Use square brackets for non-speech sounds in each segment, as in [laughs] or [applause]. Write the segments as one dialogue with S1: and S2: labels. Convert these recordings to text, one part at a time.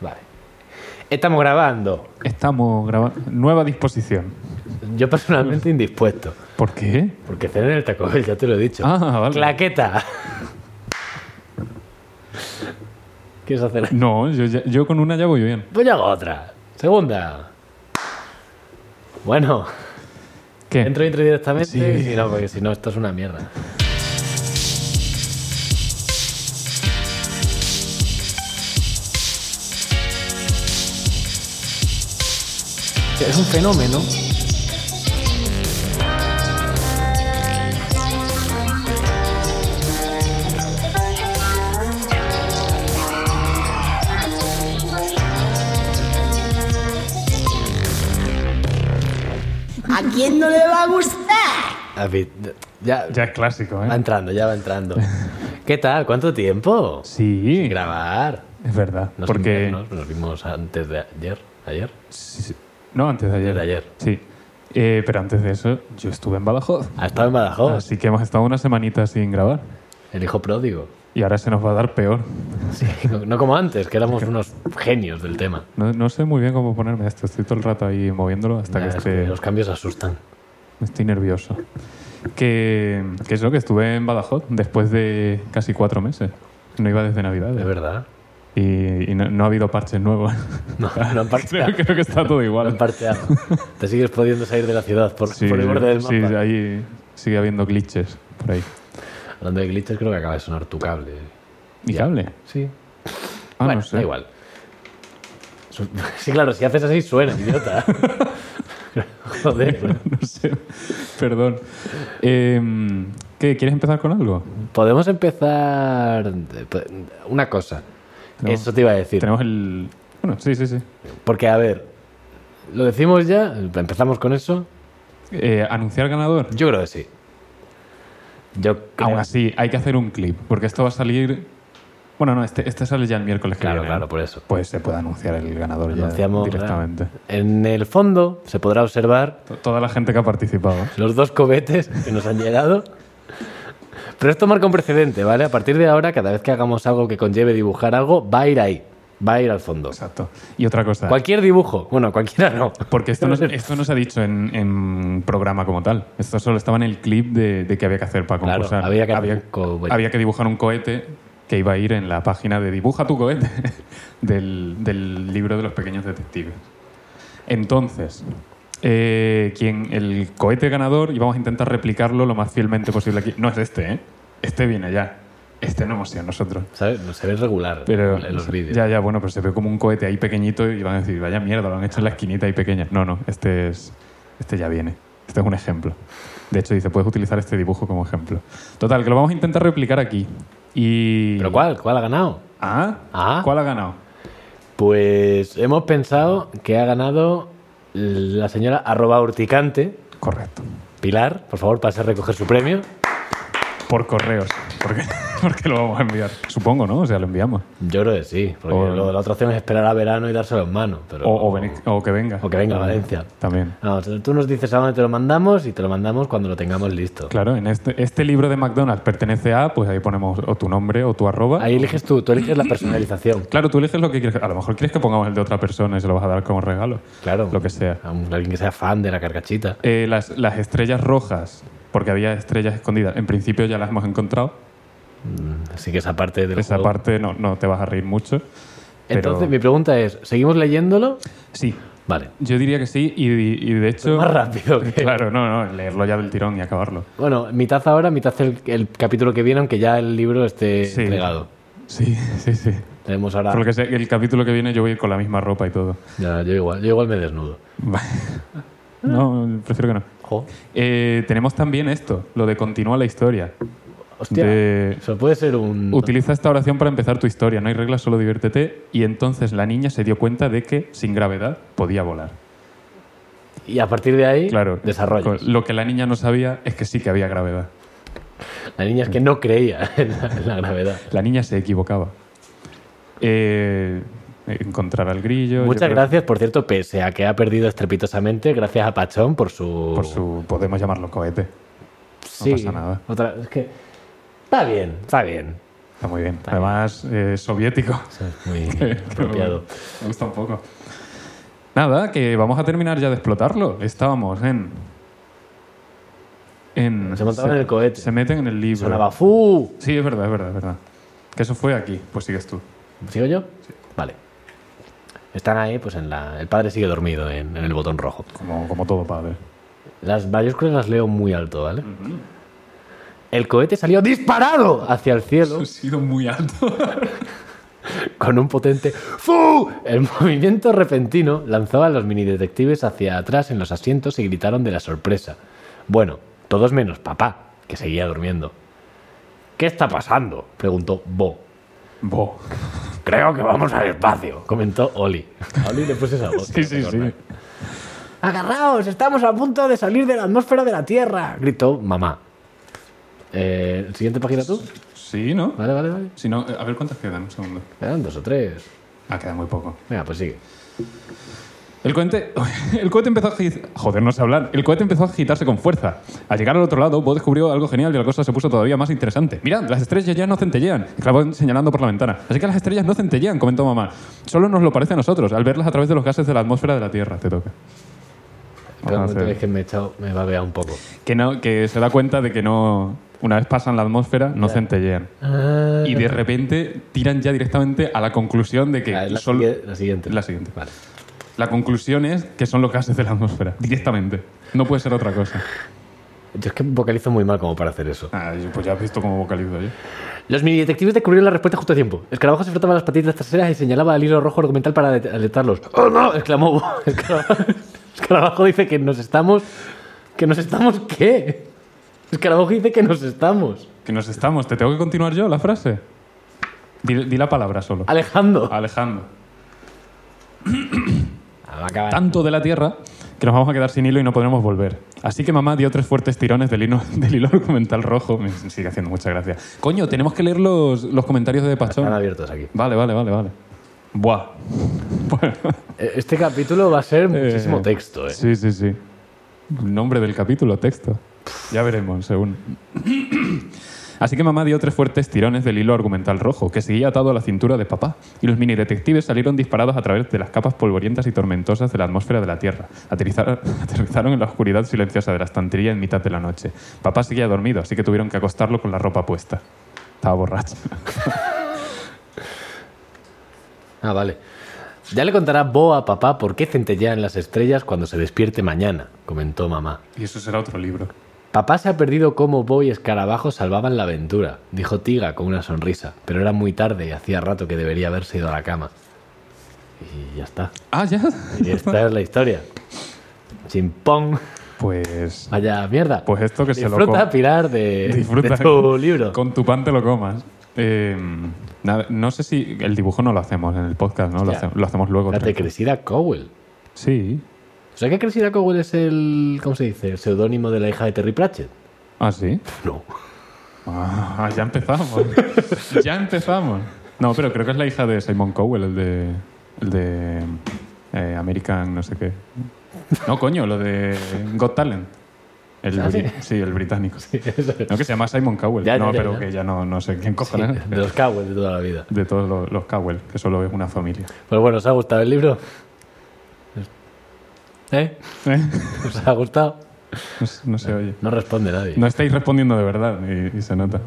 S1: Vale. Estamos grabando.
S2: Estamos grabando. Nueva disposición.
S1: Yo personalmente indispuesto.
S2: ¿Por qué?
S1: Porque cené en el Taco Bell, ya te lo he dicho.
S2: Ah, vale.
S1: ¡Claqueta! ¿Quieres hacer?
S2: No, yo, ya- yo con una ya voy bien.
S1: Pues yo hago otra. Segunda. Bueno,
S2: ¿Qué?
S1: entro intro directamente.
S2: Sí.
S1: y si no, porque si no, esto es una mierda. Es un fenómeno.
S3: ¿A quién no le va a gustar?
S1: A ver, ya,
S2: Ya es clásico,
S1: va
S2: ¿eh?
S1: entrando, ya va
S2: [laughs]
S1: entrando. ¿Qué tal? ¿Cuánto tiempo?
S2: Sí,
S1: Grabar.
S2: es verdad.
S1: Nos,
S2: porque.
S1: nos, nos vimos antes de ayer. ¿Ayer?
S2: Sí, sí. No, antes de ayer.
S1: Antes de ayer.
S2: Sí. Eh, pero antes de eso, yo estuve en Badajoz.
S1: Ha estado Ah, en Badajoz.
S2: Así que hemos estado una semanita sin grabar.
S1: El hijo pródigo.
S2: Y ahora se nos va a dar peor.
S1: Sí, [laughs] no- no como antes, que éramos unos genios del tema.
S2: No, no sé muy bien cómo ponerme esto. Estoy todo el rato ahí moviéndolo hasta
S1: Ya,
S2: que este
S1: es que
S2: esté.
S1: Los cambios asustan.
S2: Estoy nervioso. Que, que es lo que estuve en Badajoz después de casi cuatro meses. No iba desde
S1: De
S2: Navidades.
S1: verdad.
S2: Y, y no, no ha habido parches nuevos. [laughs]
S1: No, no han
S2: creo,
S1: parteado.
S2: creo que está todo
S1: No
S2: igual.
S1: han
S2: [laughs]
S1: parteado. Te sigues pudiendo salir de la ciudad por,
S2: Sí,
S1: por el borde del
S2: sí,
S1: mapa.
S2: ahí sigue habiendo glitches por ahí.
S1: Hablando de glitches, creo que acaba de sonar tu cable.
S2: ¿Y
S1: Ya.
S2: cable?
S1: Sí.
S2: Ah,
S1: bueno,
S2: no sé.
S1: da igual. Su- [laughs] Sí, claro, si haces así suena,
S2: [laughs]
S1: idiota. Joder.
S2: [laughs] No sé. Perdón. Eh, ¿Qué? ¿Quieres empezar con algo?
S1: Podemos empezar. de- Una cosa.
S2: No.
S1: Eso te iba a decir.
S2: Tenemos el. Bueno, sí, sí, sí.
S1: Porque, a ver, ¿lo decimos ya? ¿Empezamos con eso?
S2: Eh, Anunciar ganador.
S1: Yo creo que sí. Yo creo-
S2: Aún así, hay que hacer un clip, porque esto va a salir. Bueno, no, este, este sale ya el miércoles que
S1: Claro,
S2: viene,
S1: claro,
S2: ¿no?
S1: por eso.
S2: Pues se puede anunciar el ganador ya
S1: Anunciamos,
S2: directamente.
S1: En el fondo se podrá observar
S2: To- Toda la gente que ha participado.
S1: los dos cohetes que nos han llegado. Pero esto marca un precedente, ¿vale? A partir de ahora, cada vez que hagamos algo que conlleve dibujar algo, va a ir ahí. Va a ir al fondo.
S2: Exacto. Y otra cosa.
S1: Cualquier dibujo. Bueno, cualquiera no.
S2: Porque esto no, se- esto no se ha dicho en, en programa como tal. Esto solo estaba en el clip de, de que había que hacer para
S1: Claro,
S2: concursar.
S1: había que hacer
S2: había,
S1: un co-
S2: había que dibujar un cohete que iba a ir en la página de Dibuja tu cohete [laughs] del, del libro de los pequeños detectives. Entonces, eh, quien, el cohete ganador, y vamos a intentar replicarlo lo más fielmente posible aquí. No es este, ¿eh? Este viene ya. Este no hemos sido nosotros.
S1: ¿Sabes? Se ve regular
S2: Pero,
S1: en los vídeos.
S2: Ya, ya, bueno, pero se ve como un cohete ahí pequeñito y van a decir, vaya mierda, lo han hecho en la esquinita ahí pequeña. No, no, este es. Este ya viene. Este es un ejemplo. De hecho, dice, puedes utilizar este dibujo como ejemplo. Total, que lo vamos a intentar replicar aquí. Y.
S1: ¿Pero cuál? ¿Cuál ha ganado?
S2: ¿Ah?
S1: Ah.
S2: ¿Cuál ha ganado?
S1: Pues hemos pensado que ha ganado la señora arroba urticante.
S2: Correcto.
S1: Pilar, por favor, pase a recoger su premio.
S2: Por correos. Porque, [laughs] porque lo vamos a enviar. Supongo, ¿no? O sea, lo enviamos.
S1: Yo creo que sí, porque
S2: O-
S1: lo- la otra opción es esperar a verano y dárselo en mano. Pero,
S2: O, o venir- o que venga.
S1: o que venga a Valencia.
S2: También.
S1: No, tú nos dices a dónde te lo mandamos y te lo mandamos cuando lo tengamos listo.
S2: Claro, en este, este libro de McDonald's pertenece a, pues ahí ponemos o tu nombre o tu arroba.
S1: Ahí eliges tú, tú eliges la personalización.
S2: Claro, tú eliges lo que quieres. A lo mejor quieres que pongamos el de otra persona y se lo vas a dar como regalo.
S1: Claro.
S2: Lo que sea.
S1: A un- alguien que sea fan de la carcachita.
S2: Eh, las, las estrellas rojas, porque había estrellas escondidas. En principio ya las hemos encontrado.
S1: Así que esa parte del
S2: Esa
S1: juego.
S2: parte no, no te vas a reír mucho. pero-
S1: Entonces, mi pregunta es, ¿seguimos leyéndolo?
S2: Sí,
S1: Vale.
S2: yo diría que sí. Y, y de hecho.
S1: Más rápido que-
S2: Claro, no, no, leerlo ya del tirón y acabarlo.
S1: Bueno, mitad ahora, mitad el, el capítulo que viene, aunque ya el libro esté
S2: Sí.
S1: entregado.
S2: Sí, sí, sí.
S1: Tenemos ahora...
S2: Por lo que sea, el capítulo que viene yo voy a ir con la misma ropa y todo.
S1: Ya, yo igual, yo igual me desnudo.
S2: No, prefiero que no.
S1: Jo.
S2: Eh, tenemos también esto, lo de continúa la historia.
S1: Hostia.
S2: De-
S1: Eso puede ser un...
S2: Utiliza esta oración para empezar tu historia, no hay reglas, solo diviértete. Y entonces la niña se dio cuenta de que sin gravedad podía volar.
S1: Y a partir de ahí,
S2: Claro,
S1: desarrollas.
S2: con- Lo que la niña no sabía es que sí que había gravedad.
S1: La niña es que no creía [laughs] en la, en la gravedad.
S2: La niña se equivocaba. Eh, encontrar al grillo. yo
S1: Muchas
S2: creo-
S1: gracias, por cierto, pese a que ha perdido estrepitosamente, gracias a Pachón por su...
S2: Por su, podemos llamarlo cohete.
S1: Sí,
S2: pasa nada.
S1: Otra, es que... Está bien, está bien.
S2: Está muy bien. Además, eh, soviético.
S1: Eso es
S2: [laughs]
S1: muy
S2: Que-
S1: apropiado.
S2: Me gusta un poco. Nada, que vamos a terminar ya de explotarlo. Estábamos en. en
S1: Se montaban en el cohete.
S2: Se meten en el libro.
S1: Sonaba fu.
S2: Sí, es verdad, es verdad, es verdad. Que eso fue aquí. Pues sigues tú.
S1: ¿Sigo yo? Vale. Están ahí, pues en la. El padre sigue dormido en, en el botón rojo.
S2: Como, como todo padre.
S1: Las mayúsculas las leo muy alto, ¿vale? El cohete salió disparado hacia el cielo
S2: Ha sido muy alto.
S1: con un potente ¡Fu! El movimiento repentino lanzó a los mini detectives hacia atrás en los asientos y gritaron de la sorpresa. Bueno, todos menos papá, que seguía durmiendo. ¿Qué está pasando? preguntó Bo.
S2: Bo.
S1: Creo que vamos al espacio, comentó Oli. A Oli le puse esa voz.
S2: Sí, sí, sí.
S1: ¡Agarraos! ¡Estamos a punto de salir de la atmósfera de la Tierra! gritó mamá. Eh, Siguiente página tú.
S2: Sí, ¿no?
S1: Vale, vale, vale.
S2: Si no, eh, a ver cuántas quedan. Un segundo.
S1: Eran dos o tres.
S2: Ah, queda muy poco.
S1: Venga, pues sigue.
S2: El cohete, [laughs] el cohete empezó a agitarse. Joder, no sé hablar. El cohete empezó a agitarse con fuerza. Al llegar al otro lado, Bo descubrió algo genial y la cosa se puso todavía más interesante. Mirad, las estrellas ya no centellean. Clavón señalando por la ventana. Así que las estrellas no centellean, comentó mamá. Solo nos lo parece a nosotros, al verlas a través de los gases de la atmósfera de la Tierra. Te toca.
S1: Pero
S2: Vamos a
S1: no te
S2: hacer-
S1: ves que me he echado, me babea un poco.
S2: Que, no, que se da cuenta de que no. Una vez pasan la atmósfera, no centellean.
S1: Ah,
S2: Y de repente tiran ya directamente a la conclusión de que
S1: Ah, la,
S2: solo-
S1: sigui- la siguiente.
S2: La siguiente.
S1: Vale.
S2: La conclusión es que son los gases de la atmósfera, directamente. No puede ser otra cosa.
S1: Yo es que vocalizo muy mal como para hacer eso.
S2: Ah, yo- pues ya has visto cómo vocalizo yo.
S1: Los mini detectives descubrieron la respuesta justo a tiempo. Escarabajo se frotaba las patitas traseras y señalaba el hilo rojo argumental para det- alertarlos. ¡Oh, no! exclamó. [laughs] Bo. Escarabajo, Escarabajo dice que nos estamos... ¿Que nos estamos qué? Escarabajo dice que nos estamos.
S2: Que nos estamos. ¿Te tengo que continuar yo la frase? Di, di la palabra solo.
S1: Alejandro.
S2: Alejandro.
S1: Ah, va a acabar.
S2: Tanto de la Tierra que nos vamos a quedar sin hilo y no podremos volver. Así que mamá dio tres fuertes tirones del hilo, [laughs] del hilo argumental rojo. Me sigue haciendo mucha gracia. Coño, tenemos que leer los, los comentarios de
S1: Están
S2: Pachón.
S1: abiertos aquí.
S2: Vale, vale, vale, vale. Buah. Bueno,
S1: Eh, Este capítulo va a ser muchísimo
S2: eh,
S1: texto, ¿eh?
S2: Sí, sí, sí. Nombre del capítulo, texto. Ya veremos, según. Así que mamá dio tres fuertes tirones del hilo argumental rojo, que seguía atado a la cintura de papá, y los mini detectives salieron disparados a través de las capas polvorientas y tormentosas de la atmósfera de la Tierra. Aterrizaron, [laughs] aterrizaron en la oscuridad silenciosa de la estantería en mitad de la noche. Papá seguía dormido, así que tuvieron que acostarlo con la ropa puesta. Estaba borracho.
S1: Ah, vale. Ya le contará Bo a papá por qué centellean las estrellas cuando se despierte mañana, comentó mamá.
S2: Y eso será otro libro.
S1: Papá se ha perdido cómo Bo y Escarabajo salvaban la aventura, dijo Tiga con una sonrisa, pero era muy tarde y hacía rato que debería haberse ido a la cama. Y ya está.
S2: Ah, ya.
S1: Y esta es la historia. Chimpón.
S2: Pues.
S1: Vaya mierda.
S2: Pues esto que se lo
S1: Disfruta,
S2: com-
S1: Pilar, [laughs] de,
S2: Disfruta
S1: de tu libro.
S2: Con tu pan te lo comas. Eh, nada, no sé si el dibujo no lo hacemos en el podcast, ¿no? Lo,
S1: Ya.
S2: hace- lo hacemos luego.
S1: La de
S2: tranquilo.
S1: Cressida Cowell.
S2: Sí.
S1: ¿Sabes que Cressida Cowell es el. ¿Cómo se dice? El seudónimo de la hija de Terry Pratchett?
S2: Ah, sí.
S1: No.
S2: Ah,
S1: [laughs]
S2: ya empezamos. ya empezamos. No, pero creo que es la hija de Simon Cowell, el de. El de. eh, American, no sé qué. No, coño, lo de Got Talent. El
S1: ¿Ah, sí?
S2: bri- sí? el británico.
S1: Eso es.
S2: No, que se llama Simon Cowell.
S1: Ya, ya,
S2: no,
S1: ya,
S2: pero
S1: ya.
S2: que ya no, no sé quién
S1: Sí, [laughs]
S2: cojones.
S1: de los Cowell de toda la vida.
S2: De todos los, los Cowell, que solo es una familia.
S1: Pues bueno, ¿os ha gustado el libro? ¿Eh?
S2: ¿Eh?
S1: ¿Os ha gustado?
S2: No, se- no se oye.
S1: No responde nadie.
S2: No [laughs] estáis respondiendo de verdad y, y se nota.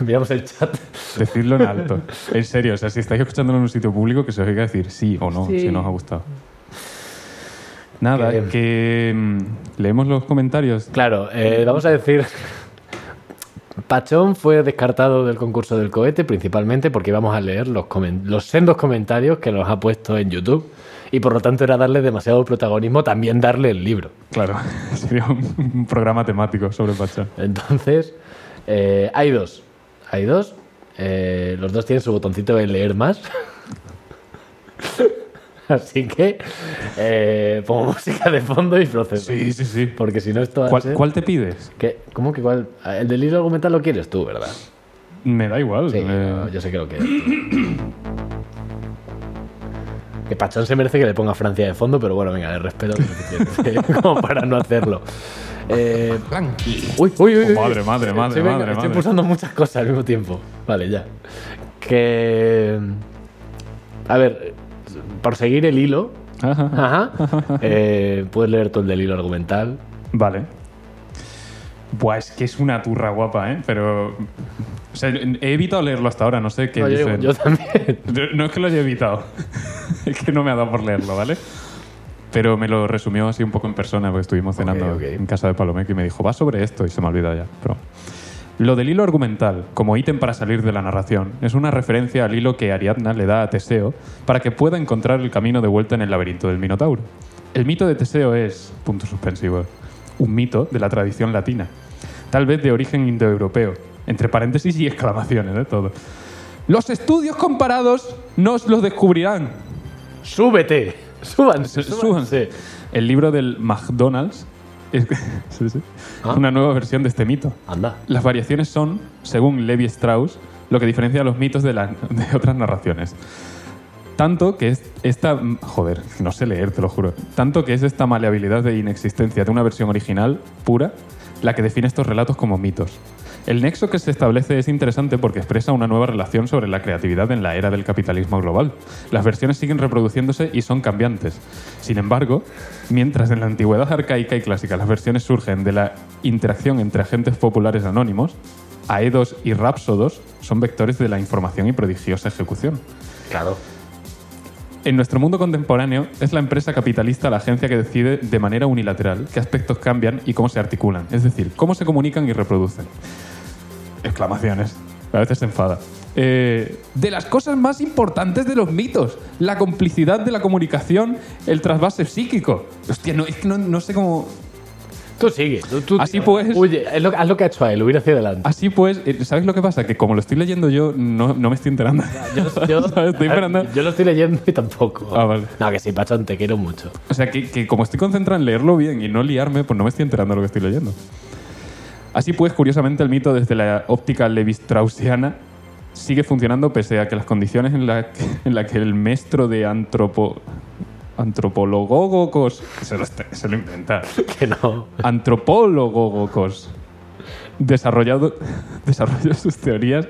S1: Miramos el chat.
S2: Decidlo
S1: [laughs]
S2: en alto. En serio, o sea, si estáis escuchándolo en un sitio público, que se os oiga decir sí o no,
S1: Sí.
S2: si no os ha gustado. Nada,
S1: Que- em,
S2: que, mm, leemos los comentarios.
S1: Claro, eh, vamos a decir... Pachón fue descartado del concurso del cohete principalmente porque íbamos a leer los, comen- los sendos comentarios que nos ha puesto en YouTube y por lo tanto era darle demasiado protagonismo también darle el libro.
S2: Claro, [laughs] sería un, un programa temático sobre Pachón.
S1: Entonces, eh, hay dos. Hay dos. Eh, los dos tienen su botoncito de leer más. [laughs] Así que eh, pongo música de fondo y proceso.
S2: Sí, sí, sí.
S1: Porque si no, esto va a
S2: ¿Cuál,
S1: ser-
S2: cuál te pides?
S1: ¿Qué? ¿Cómo que cuál? Ah, El del hilo argumental lo quieres tú, ¿verdad?
S2: Me da igual.
S1: Sí,
S2: eh,
S1: no, yo sé que lo quieres. tú. que [laughs] eh, Pachón se merece que le ponga Francia de fondo, pero bueno, venga, le respeto lo suficiente como para no hacerlo. Eh,
S2: Blanqui.
S1: uy, uy, uy, uy.
S2: Madre, madre, madre,
S1: Estoy-
S2: madre,
S1: Estoy
S2: madre.
S1: pulsando muchas cosas al mismo tiempo. Vale, ya. Que. A ver, por seguir el hilo.
S2: Ajá.
S1: Ajá. eh, puedes leer todo el del hilo argumental.
S2: Vale. Buah, es que es una turra guapa, ¿eh? Pero. O sea, he evitado leerlo hasta ahora, no sé qué
S1: No, yo,
S2: dice.
S1: digo, yo también.
S2: No es que lo haya evitado. [laughs] es que no me ha dado por leerlo, ¿vale? Pero me lo resumió así un poco en persona, porque estuvimos cenando
S1: ok.
S2: en casa de Palomeque y me dijo, va sobre esto, y se me ha olvidado ya. Pero... Lo del hilo argumental, como ítem para salir de la narración, es una referencia al hilo que Ariadna le da a Teseo para que pueda encontrar el camino de vuelta en el laberinto del Minotauro. El mito de Teseo es, punto suspensivo, un mito de la tradición latina, tal vez de origen indoeuropeo, entre paréntesis y exclamaciones de todo. Los estudios comparados nos los descubrirán.
S1: ¡Súbete! [laughs] ¡Súbanse!
S2: Su- súbanse. El libro del McDonald's [laughs] es sí, sí,
S1: Ah.
S2: una nueva versión de este mito.
S1: Anda.
S2: Las variaciones son, según Levi Strauss, lo que diferencia a los mitos de, las- de otras narraciones. Tanto que es esta. Joder, [laughs] no sé leer, te lo juro. Tanto que es esta maleabilidad de inexistencia de una versión original, pura, la que define estos relatos como mitos. El nexo que se establece es interesante porque expresa una nueva relación sobre la creatividad en la era del capitalismo global. Las versiones siguen reproduciéndose y son cambiantes. Sin embargo, mientras en la antigüedad arcaica y clásica las versiones surgen de la interacción entre agentes populares anónimos, aedos y rápsodos son vectores de la información y prodigiosa ejecución.
S1: Claro.
S2: En nuestro mundo contemporáneo, es la empresa capitalista la agencia que decide de manera unilateral qué aspectos cambian y cómo se articulan, es decir, cómo se comunican y reproducen. Exclamaciones. A veces se enfada. Eh, de las cosas más importantes de los mitos, la complicidad de la comunicación, el trasvase psíquico. Hostia, no, es que no, no sé cómo.
S1: Tú sigue. Tú, tú-
S2: Así pues.
S1: Huye, haz lo, haz lo que ha hecho a él, huir hacia
S2: [laughs]
S1: adelante.
S2: Así pues, eh, ¿sabes lo que pasa? Que como lo estoy leyendo yo, no, no me estoy enterando. ¿Sabes? estoy esperando.
S1: yo lo estoy leyendo y tampoco.
S2: Ah, vale.
S1: No, que sí, Pachón, te quiero mucho. [laughs]
S2: O sea, que, que como estoy concentrado en leerlo bien y no liarme, pues no me estoy enterando de lo que estoy leyendo. Así pues, curiosamente, el mito desde la óptica levistrausiana sigue funcionando pese a que las condiciones en las que, en la que el maestro de antropo, antropologogocos... Se lo, está- se lo inventa.
S1: Que no.
S2: Antropologogocos desarrollado, [laughs] desarrolló sus teorías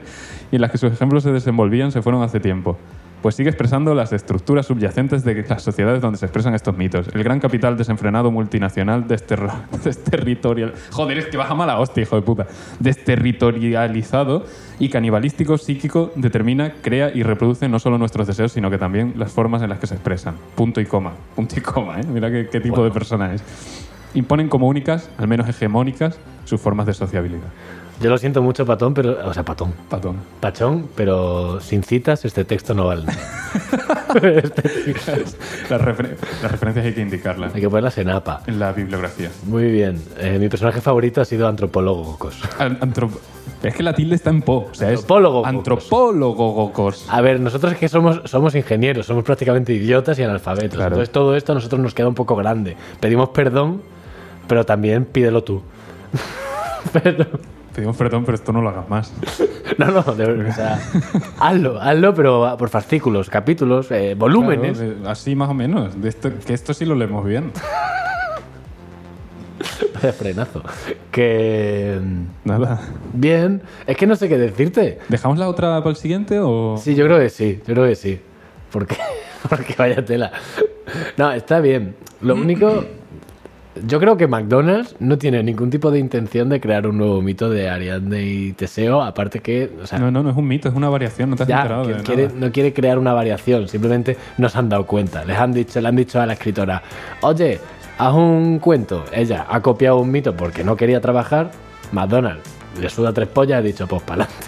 S2: y en las que sus ejemplos se desenvolvían se fueron hace tiempo. Pues sigue expresando las estructuras subyacentes de las sociedades donde se expresan estos mitos. El gran capital desenfrenado multinacional desterro- [laughs] desterritorial. Joder, es que baja mala hostia, hijo de puta. Desterritorializado y canibalístico psíquico determina, crea y reproduce no solo nuestros deseos, sino que también las formas en las que se expresan. Punto y coma. Punto y coma, ¿eh? Mira qué, qué tipo de persona es. Imponen como únicas, al menos hegemónicas, sus formas de sociabilidad.
S1: Yo lo siento mucho, Patón, pero. O sea, Patón. [laughs]
S2: Patón.
S1: Pachón, pero sin citas este texto no vale. nada.
S2: Las, refer- las referencias hay que indicarlas
S1: Hay que ponerlas en APA.
S2: en la bibliografía.
S1: Muy bien. Eh, mi personaje favorito ha sido antropólogo. Cos.
S2: An- antrop- es que la tilde está en po. O sea, es
S1: Antropólogo, Gocos.
S2: Antropólogo Gocos.
S1: A ver, nosotros es que somos, somos ingenieros, somos prácticamente idiotas y analfabetos.
S2: Claro.
S1: Entonces todo esto a nosotros nos queda un poco grande. Pedimos perdón, pero también pídelo tú. [laughs] pero,
S2: Pedimos perdón, pero esto no lo hagas más.
S1: no, no, de- o sea, hazlo, hazlo, pero por fascículos, capítulos, eh, volúmenes.
S2: Claro, de- así más o menos. De esto, que esto sí lo leemos bien.
S1: Vaya [laughs] frenazo. Que. mm,
S2: Nada.
S1: Bien, es que no sé qué decirte.
S2: ¿Dejamos la otra para el siguiente o...?
S1: Sí, yo creo que sí, yo creo que sí. Porque, [laughs] porque vaya tela. No, está bien. Lo único, yo creo que McDonald's no tiene ningún tipo de intención de crear un nuevo mito de Ariadne y Teseo, aparte que, o sea,
S2: No, no, no es un mito, es una variación. No te has
S1: ya,
S2: enterado
S1: que
S2: de
S1: quiere-
S2: nada.
S1: no quiere crear una variación, simplemente no se han dado cuenta. Les han dicho, le han dicho a la escritora, oye, haz un cuento. Ella ha copiado un mito porque no quería trabajar. McDonald's le suda tres pollas y ha dicho, pues para adelante.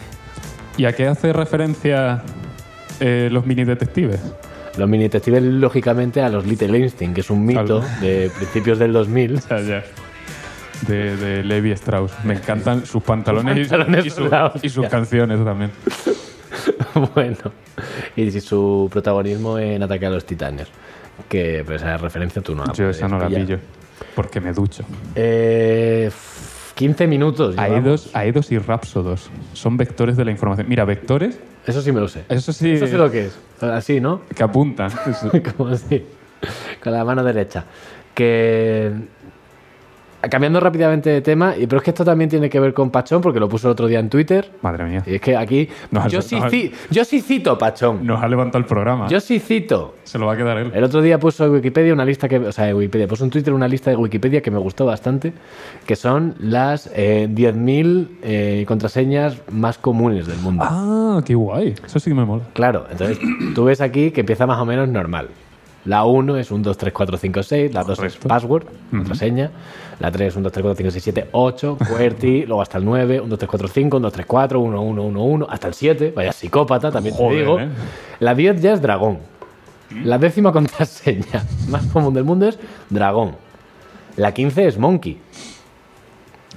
S2: ¿Y a qué hace referencia eh, los mini detectives?
S1: Los mini detectives, lógicamente, a los Little Einstein, que es un mito de principios del 2000.
S2: Ya, ya. De, de Levi Strauss. Me encantan sus pantalones, y-
S1: pantalones
S2: y, su-
S1: son la hostia.
S2: y sus canciones también.
S1: [laughs] bueno, y si su protagonismo en Ataque a los Titanes, que pues, esa referencia tú no la
S2: Yo esa
S1: puedes
S2: no la
S1: pillar.
S2: pillo. Porque me ducho.
S1: Eh, f- 15 minutos. llevamos.
S2: Aedos, aedos y rápsodos son vectores de la información. Mira, vectores,
S1: Eso sí me lo sé.
S2: eso Eh, sí,
S1: Eso sé lo que es. Así, ¿no? [laughs]
S2: que apuntan. Eso-
S1: Como así. Con la mano derecha. Que. Cambiando rápidamente de tema, y- pero es que esto también tiene que ver con Pachón, porque lo puso el otro día en Twitter.
S2: Madre mía.
S1: Y es que aquí.
S2: No,
S1: yo,
S2: no,
S1: sí,
S2: no.
S1: ci- yo sí cito, Pachón.
S2: Nos ha levantado el programa.
S1: Yo sí cito.
S2: Se lo va a quedar él.
S1: El otro día puso en Wikipedia una lista que. O sea, en Wikipedia. Puso en Twitter una lista de Wikipedia que me gustó bastante. Que son las eh, 10.000 eh, contraseñas más comunes del mundo.
S2: Ah, qué guay. Eso sí que me mola.
S1: Claro, entonces tú ves aquí que empieza más o menos normal. La 1 es 1, 2, 3, 4, 5, 6. La 2 es
S2: Correcto.
S1: password, contraseña. La 3 es 1, 2, 3, 4, 5, 6, 7, 8, QWERTY. [laughs] luego hasta el 9, 1, 2, 3, 4, 5, 1, 2, 3, 4, 1, 1, 1, 1. Hasta el 7, vaya psicópata, también
S2: Joder,
S1: te digo.
S2: eh.
S1: La 10 ya es dragón. La décima contraseña [laughs] más común del mundo es dragón. La 15 es monkey.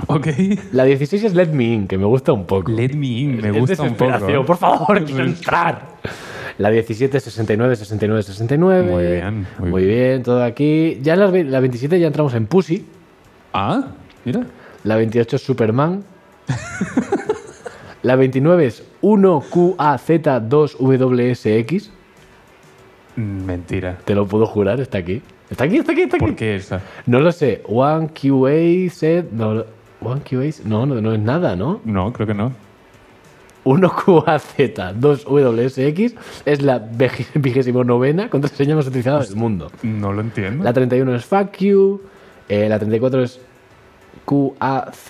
S2: Ok.
S1: La 16 es let me in, que me gusta un poco.
S2: Let me in. Me
S1: Es
S2: gusta un poco.
S1: desesperación,
S2: ¿eh?
S1: Por favor, quiero entrar. La 17, 69, 69, 69.
S2: Muy bien, muy
S1: Muy, bien. todo aquí. Ya en las ve- la 27 ya entramos en Pussy.
S2: Ah, mira.
S1: La 28 es
S2: [laughs]
S1: Superman. la 29 es 1QAZ2WSX.
S2: Mm, Mentira.
S1: Te lo puedo jurar, está aquí. Está aquí, está aquí, está aquí.
S2: ¿Por qué esa?
S1: No lo sé. 1QAZ. No, 1QAZ. No, no, no es nada, ¿no?
S2: No, creo que no.
S1: 1QAZ2WSX es la veji- vigésimo novena contraseña más utilizada del mundo.
S2: No lo entiendo.
S1: La 31 es fuck you, eh, la 34 es QAZ,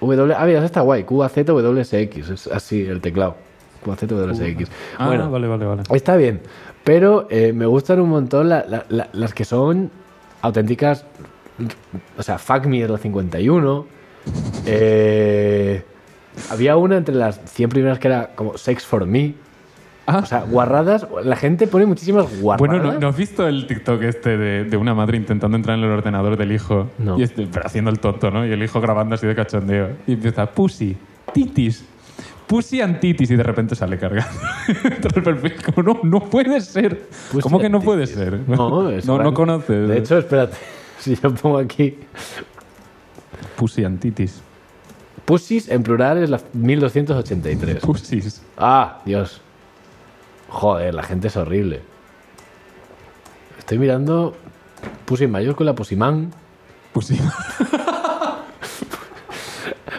S1: W... Ah, mira, esa está guay, QAZWSX, es así el teclado. QAZWSX.
S2: Ah,
S1: bueno,
S2: vale, vale, vale.
S1: está bien, pero eh, me gustan un montón la- la- la- las que son auténticas... O sea, fuck me es la 51. eh, había una entre las 100 primeras que era como sex for me.
S2: Ah.
S1: O sea, guarradas. La gente pone muchísimas guarradas.
S2: Bueno, ¿no, no has visto el TikTok este de, de una madre intentando entrar en el ordenador del hijo?
S1: No.
S2: Y este- pero haciendo el tonto, ¿no? Y el hijo grabando así de cachondeo. Y empieza, pussy, titis, pussy and titis. Y de repente sale cargando. [laughs] Entra el perfil como, no, no puede ser.
S1: Pussy
S2: ¿Cómo que no
S1: and
S2: puede
S1: titties.
S2: ser?
S1: No, es
S2: [laughs] no, no
S1: raro.
S2: conoces.
S1: De hecho, espérate. [laughs] Si yo pongo aquí.
S2: pussy and titis.
S1: Pussies en plural es la 1283.
S2: Pussies.
S1: Ah, Dios. Joder, la gente es horrible. Estoy mirando. Pussy en mayúscula, Pussyman.
S2: Pussy.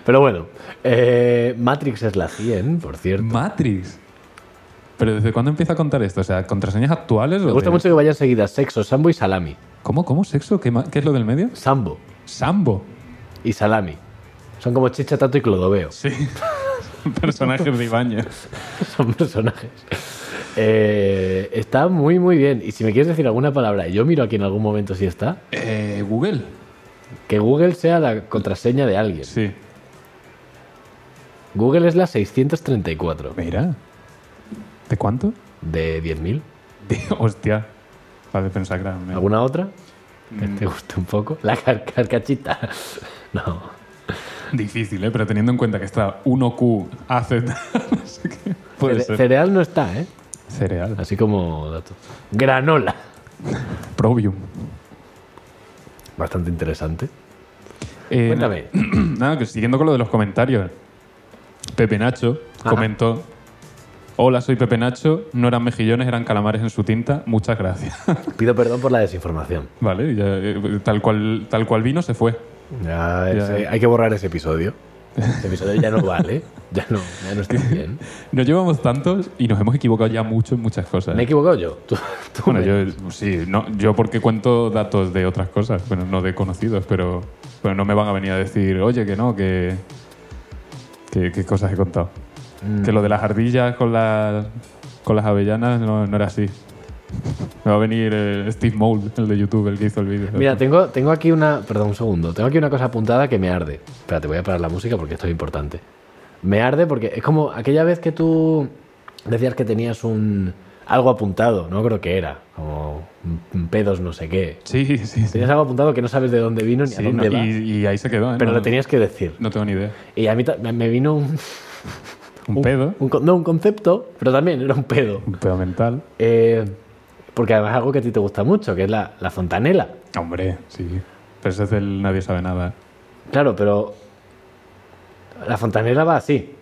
S1: Pero bueno. eh, Matrix es la 100, por cierto.
S2: [laughs] Matrix. ¿Pero desde cuándo empieza a contar esto? O sea, ¿contraseñas actuales?
S1: Me gusta mucho que vayan seguidas sexo, sambo y salami.
S2: ¿Cómo? ¿Cómo? ¿Sexo? ¿Qué, ma- qué es lo del medio?
S1: Sambo
S2: Sambo.
S1: y salami. Son como Chicha, Tato y Clodoveo.
S2: Sí. [laughs] Personajes de Ibañez.
S1: [laughs] Son personajes. Eh, está muy, muy bien. Y si me quieres decir alguna palabra, yo miro aquí en algún momento si está.
S2: Eh, Google.
S1: Que Google sea la contraseña de alguien.
S2: Sí.
S1: Google es la 634.
S2: Mira. ¿De cuánto?
S1: ¿De 10.000?
S2: De- hostia. Vale, pensar que era un-
S1: ¿Alguna otra? Que
S2: Mm.
S1: te guste un poco. La car- carcachita. [laughs] No.
S2: Difícil, ¿eh? Pero teniendo en cuenta que está 1Q, AZ, [laughs] no sé qué. Puede
S1: Cere-
S2: ser.
S1: Cereal no está, ¿eh?
S2: Cereal.
S1: Así como dato. Granola.
S2: Probium.
S1: Bastante interesante.
S2: Eh,
S1: Cuéntame.
S2: na- [clears throat] Nada, que siguiendo con lo de los comentarios. Pepe Nacho
S1: Ajá.
S2: comentó... Hola, soy Pepe Nacho. No eran mejillones, eran calamares en su tinta. Muchas gracias. [laughs]
S1: Pido perdón por la desinformación.
S2: vale, ya, eh, tal, cual, tal cual vino, se fue.
S1: Ya, ese-
S2: ya.
S1: Hay que borrar ese
S2: [laughs]
S1: episodio. Ese episodio ya no vale. Ya no, ya no está bien.
S2: Nos llevamos tantos y nos hemos equivocado ya mucho en muchas cosas.
S1: ¿Me he equivocado yo? Tú- tú
S2: bueno,
S1: me-
S2: yo sí, no, yo porque cuento datos de otras cosas, bueno, no de conocidos, pero, pero no me van a venir a decir, oye, que no, que, que, que cosas he contado.
S1: Mm.
S2: Que lo de las ardillas con las, con las avellanas no, no era así. Me va a venir eh, Steve Mould, el de YouTube, el que hizo el vídeo.
S1: Mira, tengo, tengo aquí una... Perdón, un segundo. Tengo aquí una cosa apuntada que me arde. Espérate, voy a parar la música porque esto es importante. Me arde porque es como aquella vez que tú decías que tenías un... Algo apuntado, no creo que era. Como un- un pedos no sé qué.
S2: sí, sí, sí.
S1: Tenías algo apuntado que no sabes de dónde vino ni
S2: Sí,
S1: a dónde
S2: no,
S1: va.
S2: y, y ahí se quedó, ¿eh?
S1: Pero
S2: no,
S1: lo tenías que decir.
S2: No tengo ni idea.
S1: Y a mí ta- me- me vino un,
S2: Un,
S1: Uh.
S2: pedo,
S1: un con- no, un concepto, pero también era un pedo.
S2: un pedo mental.
S1: Eh, porque además es algo que a ti te gusta mucho, que es la, la fontanela.
S2: Hombre, sí. Pero ese es del nadie sabe nada.
S1: Claro, pero la fontanela va así.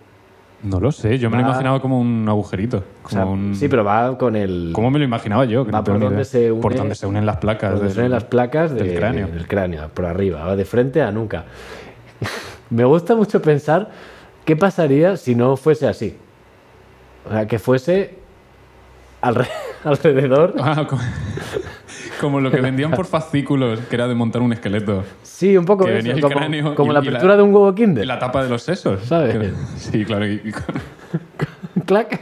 S2: No lo sé, yo me lo
S1: Va-
S2: imaginaba como un agujerito.
S1: O
S2: Como
S1: sea,
S2: un...
S1: Sí, pero va con el.
S2: ¿Cómo me lo imaginaba yo? Que
S1: Va
S2: no tengo
S1: por
S2: ni
S1: donde
S2: idea.
S1: se une-
S2: por donde se unen las placas.
S1: Donde
S2: del-
S1: suelen las placas de-
S2: del cráneo.
S1: del cráneo, por arriba, va de frente a nunca. [laughs] Me gusta mucho pensar qué pasaría si no fuese así. O sea, que fuese alre- [laughs] alrededor.
S2: [laughs] Ah, como, [laughs] como lo que vendían por fascículos, que era de montar un esqueleto.
S1: Sí, un poco
S2: Que
S1: eso,
S2: venía el
S1: como,
S2: cráneo
S1: como
S2: y-
S1: la
S2: y la-
S1: apertura de un huevo
S2: Y
S1: kinder.
S2: La tapa de los sesos.
S1: ¿Sabes?
S2: Que- Sí, claro. y- y con-
S1: [laughs] Clac.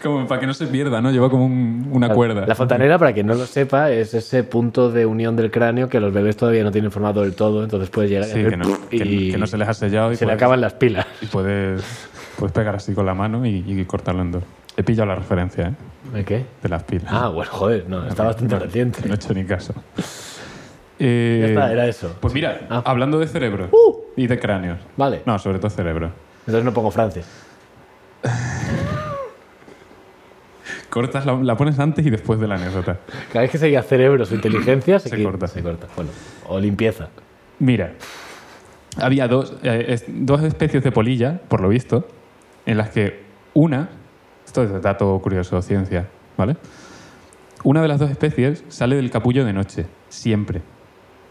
S2: como para que no se pierda, ¿no? Lleva como un- una cuerda.
S1: La fontanera, para quien no lo sepa, es ese punto de unión del cráneo que los bebés todavía no tienen formado del todo, entonces puedes llegar y
S2: Sí,
S1: hacer
S2: que no, que-
S1: y
S2: que no se les ha sellado y
S1: se le
S2: puedes-
S1: acaban las pilas.
S2: Y puedes, puedes pegar así con la mano y, y cortarlo en dos. He pillado la referencia, ¿eh?
S1: ¿De qué?
S2: De las pilas.
S1: Ah, bueno, joder, no, está bastante reciente.
S2: No he hecho ni caso. Eh,
S1: Ya está, era eso.
S2: Pues mira,
S1: Ah. Uh.
S2: hablando de cerebro y de cráneos.
S1: Vale.
S2: No, sobre todo cerebro.
S1: Entonces no pongo Francis.
S2: Cortas, la, la pones antes y después de la anécdota.
S1: Cada vez que se diga cerebro su inteligencia, se,
S2: Se
S1: quita-
S2: corta.
S1: se corta. Bueno, o limpieza.
S2: Mira, había dos, eh, es- dos especies de polilla, por lo visto, en las que una, esto es dato curioso, ciencia, ¿vale? Una de las dos especies sale del capullo de noche, siempre.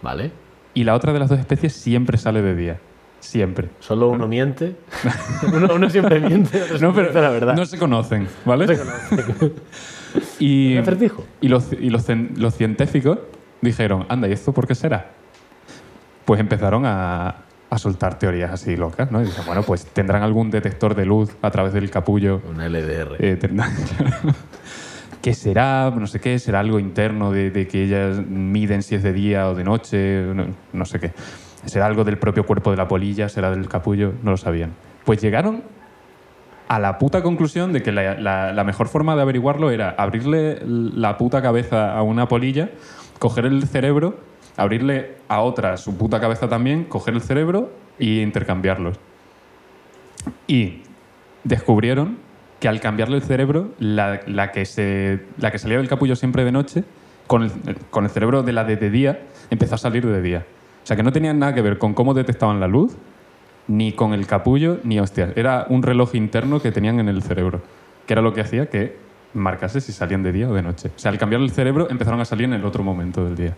S1: ¿Vale?
S2: Y la otra de las dos especies siempre sale de día, siempre.
S1: Solo uno miente. [laughs] uno, uno siempre miente. [laughs] otro
S2: No,
S1: siempre
S2: pero
S1: dice la verdad.
S2: no se conocen, ¿vale? y,
S1: Un acertijo.
S2: [laughs] y los, y los, cien- los científicos dijeron, anda, ¿y esto por qué será? Pues empezaron a, a soltar teorías así locas, ¿no? Y dicen, bueno, pues tendrán algún detector de luz a través del capullo.
S1: Un LDR.
S2: eh, tendrán- [laughs] ¿Qué será? No sé qué, será algo interno de, de que ellas miden si es de día o de noche, no, no sé qué. ¿Será algo del propio cuerpo de la polilla? ¿Será del capullo? No lo sabían. Pues llegaron a la puta conclusión de que la, la- la mejor forma de averiguarlo era abrirle la puta cabeza a una polilla, coger el cerebro, abrirle a otra su puta cabeza también, coger el cerebro y intercambiarlos. Y descubrieron que al cambiarle el cerebro, la, la que, se, la que salía del capullo siempre de noche, con el, con el cerebro de la de, de día, empezó a salir de día. O sea que no tenían nada que ver con cómo detectaban la luz, ni con el capullo, ni hostias. Era un reloj interno que tenían en el cerebro, que era lo que hacía que marcase si salían de día o de noche. O sea, al cambiar el cerebro empezaron a salir en el otro momento del día.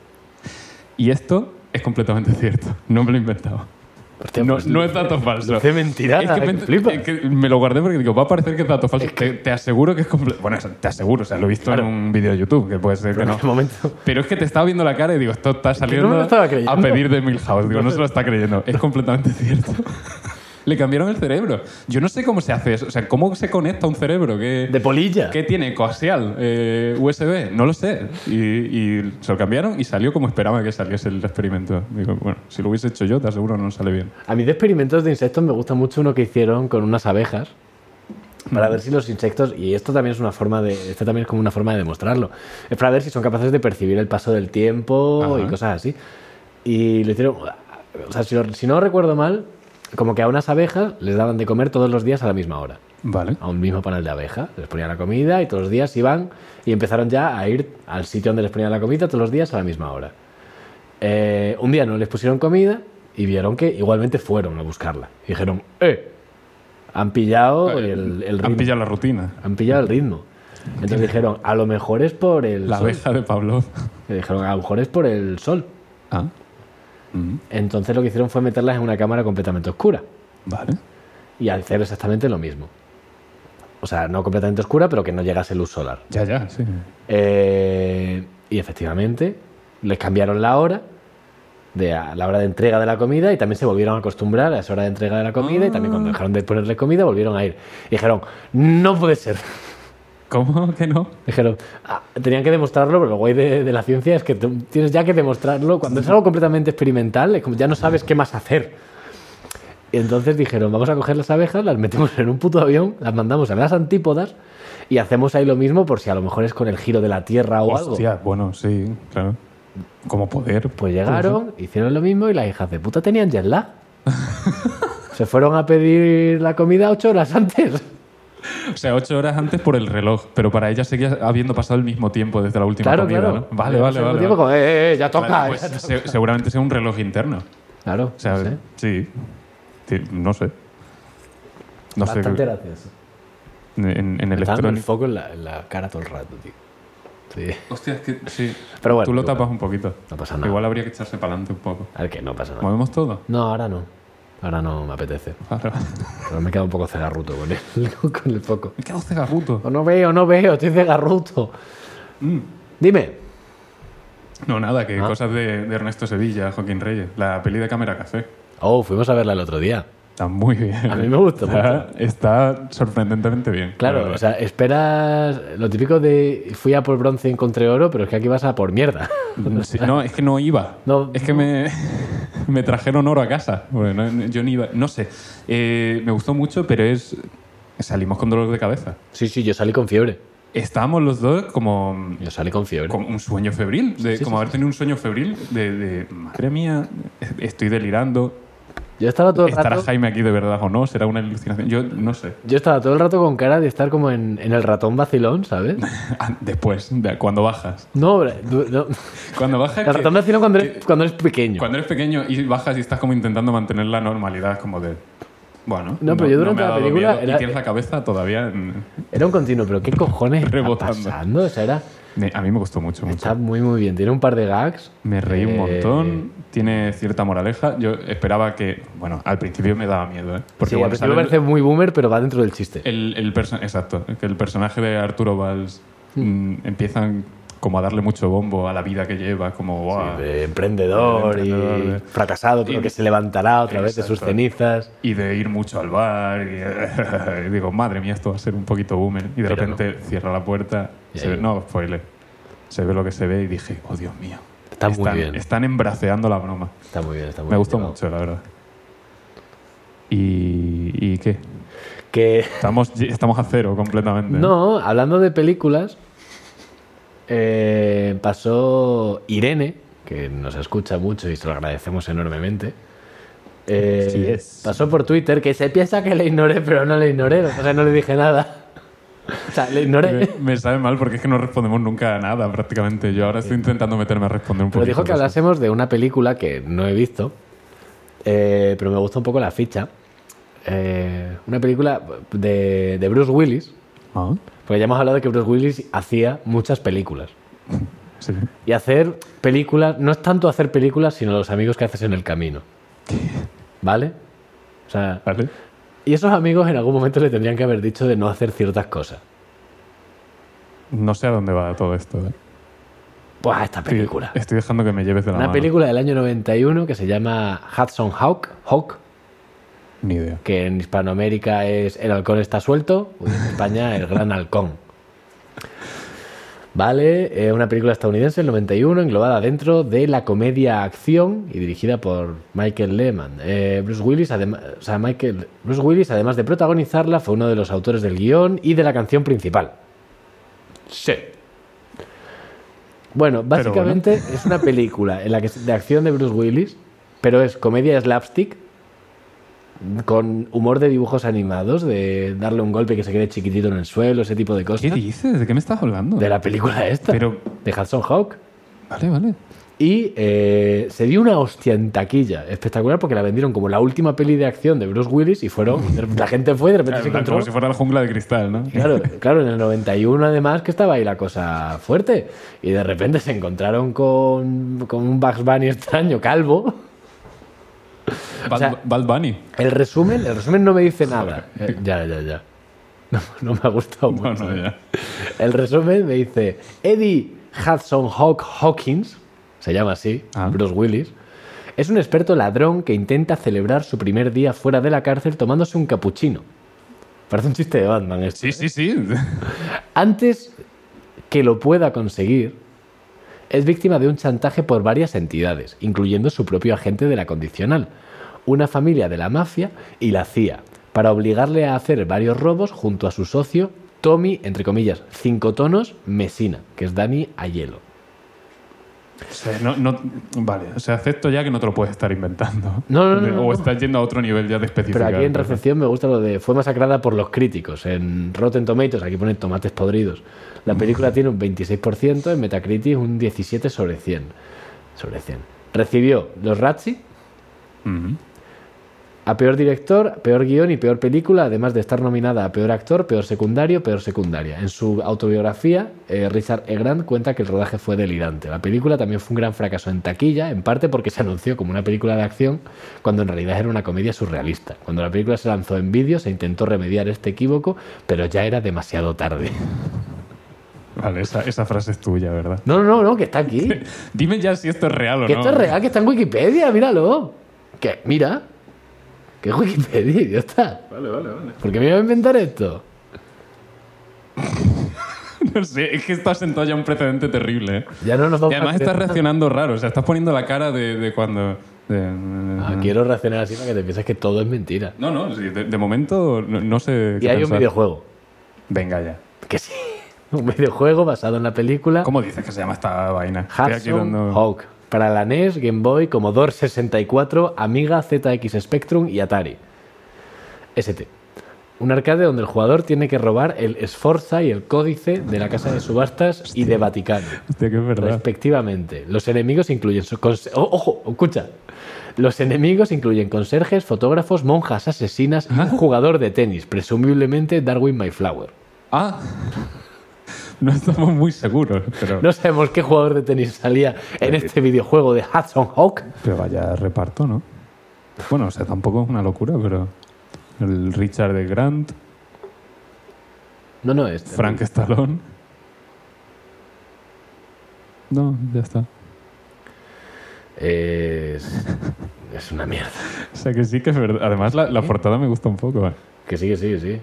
S2: Y esto es completamente [laughs] cierto, no me lo he inventado.
S1: Hostia,
S2: no,
S1: pues,
S2: no es dato falso.
S1: Luce mentira,
S2: Es que,
S1: que
S2: me,
S1: flipas.
S2: es que me lo guardé porque digo, va a parecer que es dato falso. Te, te aseguro que es completo. Bueno, te aseguro, o sea, lo he visto en un vídeo de YouTube, que puede ser que
S1: en
S2: no.
S1: este momento.
S2: Pero es que te estaba viendo la cara y digo, esto
S1: que
S2: está
S1: no
S2: saliendo
S1: me lo estaba creyendo.
S2: a pedir de Milhouse. Digo, no se lo está creyendo. Es completamente [laughs] cierto. Le cambiaron el cerebro. Yo no sé cómo se hace eso. O sea, ¿cómo se conecta un cerebro? ¿Qué,
S1: De polilla.
S2: qué tiene? ¿Coaxial? Eh, ¿USB? No lo sé. Y, y se lo cambiaron y salió como esperaba que saliese el experimento. Digo, bueno, si lo hubiese hecho yo, te aseguro no sale bien.
S1: A mí de experimentos de insectos me gusta mucho uno que hicieron con unas abejas para ver si los insectos y esto también es una forma de esto también es como una forma de demostrarlo es para ver si son capaces de percibir el paso del tiempo
S2: Ajá.
S1: y cosas así y lo hicieron o sea si, lo- si no recuerdo mal como que a unas abejas les daban de comer todos los días a la misma hora
S2: Vale.
S1: a un mismo panel de abejas les ponían la comida y todos los días iban y empezaron ya a ir al sitio donde les ponían la comida todos los días a la misma hora eh, un día no les pusieron comida y vieron que igualmente fueron a buscarla. Y dijeron, ¡eh! Han pillado el, el ritmo.
S2: Eh, Han pillado la rutina.
S1: Han pillado el ritmo. Entonces dijeron, a lo mejor es por el
S2: La
S1: sol.
S2: abeja de Pavlov.
S1: Y dijeron, a lo mejor es por el sol.
S2: Ah. Mm,
S1: Entonces lo que hicieron fue meterlas en una cámara completamente oscura
S2: Vale.
S1: y hacer exactamente lo mismo. O sea, no completamente oscura, pero que no llegase luz solar.
S2: Ya, ya, sí.
S1: Eh, y efectivamente, les cambiaron la hora, de a la hora de entrega de la comida, y también se volvieron a acostumbrar a esa hora de entrega de la comida, y también cuando dejaron de ponerle comida, volvieron a ir. Y dijeron, no puede ser. [laughs]
S2: ¿Cómo que no?
S1: Dijeron, "Ah, tenían que demostrarlo, pero lo guay de, de la ciencia es que tú tienes ya que demostrarlo. Cuando es algo completamente experimental, es como ya no sabes qué más hacer. Y entonces dijeron, vamos a coger las abejas, las metemos en un puto avión, las mandamos a las antípodas y hacemos ahí lo mismo por si a lo mejor es con el giro de la Tierra o algo.
S2: Hostia, bueno, sí, claro. Como poder.
S1: Pues llegaron, hicieron lo mismo y las hijas de puta tenían jet lag. [laughs] Se fueron a pedir la comida ocho horas antes.
S2: O sea, ocho horas antes por el reloj, pero para ella seguía habiendo pasado el mismo tiempo desde la última
S1: [laughs] claro,
S2: comida,
S1: claro.
S2: ¿no? Vale, vale,
S1: Al mismo
S2: vale.
S1: tiempo
S2: vale.
S1: como, eh, eh, eh, ya toca.
S2: Vale,
S1: ya
S2: pues,
S1: toca.
S2: se- seguramente sea un reloj interno.
S1: Claro,
S2: O sea,
S1: no sé.
S2: sí. Sí, No sé. No sé,
S1: Bastante gracioso.
S2: en, en
S1: Me está dando el
S2: electrónico.
S1: foco en la, en la cara todo el rato, tío. Sí.
S2: Hostia, es que sí.
S1: Pero bueno,
S2: Tú lo
S1: igual.
S2: tapas un poquito.
S1: No pasa nada.
S2: Igual habría que echarse para adelante un poco.
S1: A ver, que no pasa nada.
S2: ¿Movemos todo?
S1: No, ahora no. Ahora no me apetece.
S2: Claro.
S1: Pero me he quedado un poco cegarruto con el, [laughs] con el foco.
S2: Me he quedado cegarruto.
S1: No veo, no veo, estoy cegarruto.
S2: Mm.
S1: Dime.
S2: No, nada, que
S1: Ah.
S2: cosas de, de Ernesto Sevilla, Joaquín Reyes. La peli de Cámara Café.
S1: Oh, fuimos a verla el otro día.
S2: Está muy bien.
S1: A mí me gustó
S2: Está, está sorprendentemente bien. la
S1: Claro,
S2: verdad.
S1: o sea, esperas lo típico de fui a por bronce y encontré oro, pero es que aquí vas a por
S2: [laughs]
S1: mierda.
S2: Sí, no, es que no iba.
S1: No,
S2: es que me, [laughs] me trajeron oro a casa. Bueno, no- yo no iba. No sé. Eh, me gustó mucho, pero es. Salimos con dolor de cabeza.
S1: Sí, sí, yo salí con fiebre.
S2: Estábamos los dos como.
S1: Yo salí con fiebre.
S2: como un sueño febril. de-
S1: Sí, sí,
S2: como haber tenido un sueño febril de, de, Madre mía, estoy delirando.
S1: Yo estaba todo el
S2: ¿Estará
S1: rato,
S2: Jaime aquí de verdad o no? ¿Será una alucinación? Yo no sé.
S1: yo estaba todo el rato con cara de estar como en, en el ratón vacilón,
S2: [laughs]
S1: ¿sabes?
S2: Ah, Después, de- cuando bajas.
S1: No, du-
S2: [laughs]
S1: no.
S2: Cuando bajas.
S1: el
S2: que-
S1: ratón vacilón cuando eres, cuando eres pequeño.
S2: Cuando eres pequeño y bajas y estás como intentando mantener la normalidad, como de. Bueno.
S1: No, pero yo durante
S2: me ha
S1: la
S2: dado
S1: película
S2: miedo.
S1: era-
S2: Y tienes la cabeza todavía. en-
S1: Era un continuo, pero ¿qué cojones está
S2: Rebotando.
S1: pasando? O sea, era,
S2: Me- A mí me gustó mucho, mucho.
S1: está muy, muy bien. Tiene un par de gags.
S2: Me reí un
S1: Eh,
S2: montón. Tiene cierta moraleja. Yo esperaba que. Bueno, al principio me daba miedo,
S1: Sí,
S2: ¿eh?
S1: al
S2: cuando
S1: principio
S2: sale el-
S1: parece muy boomer, pero va dentro del chiste.
S2: El, el perso- Exacto, que el personaje de Arturo Valls mm, empiezan como a darle mucho bombo a la vida que lleva, como "Buah".
S1: de emprendedor,
S2: de emprendedor,
S1: y
S2: de-
S1: fracasado, pero
S2: y-
S1: que se levantará otra vez de sus
S2: Exacto.
S1: cenizas.
S2: y de ir mucho al bar. Y, [laughs] y digo, madre mía, esto va a ser un poquito boomer. Y de
S1: Pero
S2: repente cierra la puerta.
S1: Y
S2: se
S1: ahí-
S2: ve- no, spoiler. Se ve lo que se ve y dije, oh Dios mío.
S1: Está muy
S2: están,
S1: bien.
S2: Están embraceando la broma.
S1: Está muy bien, está muy
S2: Me
S1: bien
S2: gustó
S1: llevado.
S2: mucho, la verdad. ¿Y, y qué?
S1: Que,
S2: Estamos, estamos a cero completamente.
S1: no, hablando de películas, eh, pasó Irene, que nos escucha mucho y se lo agradecemos enormemente. eh,
S2: Sí es.
S1: Pasó por Twitter que se piensa que le ignoré, pero no le ignoré, o sea, no le dije nada. [laughs] O sea, le
S2: Me,
S1: ignoré.
S2: me sabe mal porque es que no respondemos nunca a nada prácticamente. Yo ahora estoy intentando meterme a responder un
S1: Pero
S2: poquito.
S1: dijo que
S2: de eso.
S1: hablásemos de una película que no he visto, eh, pero me gusta un poco la ficha. Eh, una película de, de Bruce Willis,
S2: Ah,
S1: porque ya hemos hablado de que Bruce Willis hacía muchas películas.
S2: Ah, sí.
S1: Y hacer películas no es tanto hacer películas, sino los amigos que haces en el
S2: [laughs]
S1: camino. ¿Vale? O sea,
S2: Vale.
S1: y esos amigos en algún momento le tendrían que haber dicho de no hacer ciertas cosas.
S2: No sé a dónde va todo esto. eh.
S1: Pues esta
S2: Estoy-
S1: película.
S2: Estoy, dejando que me lleves de la
S1: Una
S2: mano.
S1: película del año 91 que se llama Hudson Hawk, Hawk,
S2: Ni idea.
S1: que en Hispanoamérica es El halcón está suelto, y en España El gran halcón. Vale, eh, una película estadounidense del 91 englobada dentro de la comedia acción y dirigida por Michael Lehman. Eh, Bruce, Willis, adem- o sea, Michael- Bruce Willis, además de protagonizarla, fue uno de los autores del guión y de la canción principal. Sí. Bueno,
S2: Pero bueno.
S1: básicamente es una película en la que, de acción de Bruce Willis, pero es comedia slapstick con humor de dibujos animados, de darle un golpe que se quede chiquitito en el suelo, ese tipo de
S2: ¿Qué
S1: cosas.
S2: dices? ¿De qué me estás hablando?
S1: De la película esta,
S2: Pero-
S1: de Hudson Hawk.
S2: Vale, vale.
S1: Y eh, se dio una hostia en taquilla, espectacular, porque la vendieron como la última peli de acción de Bruce Willis y fueron, la gente fue y de repente se
S2: Como
S1: encontró.
S2: si fuera la jungla de cristal, ¿no?
S1: Claro, claro, en el 91 además que estaba ahí la cosa fuerte. Y de repente se encontraron con, con un Bugs Bunny extraño, calvo.
S2: Bad,
S1: sea-
S2: Bad Bunny.
S1: El resumen, el resumen no me dice nada. Eh, ya, ya, ya. [laughs] No, no me ha gustado
S2: No,
S1: mucho.
S2: no, ya.
S1: El resumen me dice Eddie Hudson Hawk Hawkins, se llama así,
S2: Ah.
S1: Bruce Willis, es un experto ladrón que intenta celebrar su primer día fuera de la cárcel tomándose un capuchino. Parece un chiste de Batman esto.
S2: Sí, sí, sí.
S1: Antes que lo pueda conseguir, es víctima de un chantaje por varias entidades, incluyendo su propio agente de la condicional, una familia de la mafia y la CIA, para obligarle a hacer varios robos junto a su socio Tommy, entre comillas, cinco tonos, Mesina, que es Dani Ayelo.
S2: O sea, no, no- vale, o sea, acepto ya que no te lo puedes estar inventando.
S1: No, no, no,
S2: O
S1: no, no.
S2: estás yendo a otro nivel ya de
S1: Pero
S2: especificar.
S1: aquí en
S2: ¿verdad?
S1: recepción me gusta lo de fue masacrada por los críticos. En Rotten Tomatoes, aquí pone tomates podridos. La película tiene un 26%, en Metacritic un 17 sobre 100. Sobre 100. Recibió los Razzie,
S2: Ujú.
S1: a peor director, peor guión y peor película, además de estar nominada a peor actor, peor secundario, peor secundaria. En su autobiografía, eh, Richard E. Grant cuenta que el rodaje fue delirante. La película también fue un gran fracaso en taquilla, en parte porque se anunció como una película de acción, cuando en realidad era una comedia surrealista. Cuando la película se lanzó en vídeo, se intentó remediar este equívoco, pero ya era demasiado tarde. [laughs]
S2: Vale, esa, esa frase es
S1: [laughs]
S2: tuya, ¿verdad?
S1: No, no, no, que está aquí.
S2: Dime ya si esto es real o
S1: Que
S2: no.
S1: esto es real, que está en Wikipedia, míralo. Que, mira. Que es Wikipedia, idiota.
S2: Vale, vale, vale.
S1: ¿Por qué me iba a inventar esto?
S2: No sé, es que estás sentado ya un precedente terrible. ¿eh?
S1: Ya no nos
S2: Y
S1: vamos
S2: además
S1: a
S2: estás reaccionando raro, o sea, estás poniendo la cara de, de cuando... de-
S1: Ah, quiero reaccionar así para que te pienses que todo es mentira.
S2: No, no, sí, de, de momento no, no sé...
S1: Y
S2: qué
S1: hay un
S2: pensar.
S1: videojuego.
S2: Venga ya.
S1: Que sí. [laughs] Un videojuego basado en la película
S2: ¿Cómo dices que se llama esta vaina? Estoy aquí
S1: Hudson
S2: dando-
S1: Hawk. Para la NES, Game Boy, Commodore 64, Amiga, ZX Spectrum y Atari. ST. Un arcade donde el jugador tiene que robar el Sforza y el Códice de la Casa de Subastas y de Vaticano.
S2: Hostia, que es verdad.
S1: respectivamente. Los enemigos incluyen. su- cons- o- Ojo, escucha. Los enemigos incluyen conserjes, fotógrafos, monjas asesinas y un jugador de tenis, presumiblemente Darwin Mayflower.
S2: Ah, [laughs] no estamos muy seguros, pero...
S1: No sabemos qué jugador de tenis salía en este videojuego de Hudson Hawk.
S2: Pero vaya reparto, ¿no? Bueno, o sea, tampoco es una locura, pero... El Richard de Grant,
S1: No, no, este.
S2: Frank Stallone... No, ya está.
S1: Es. Es una mierda.
S2: O sea que sí que es verdad. Además, la, la portada me gusta un poco. [laughs] ¿eh?
S1: Que sí, que sí, que sí.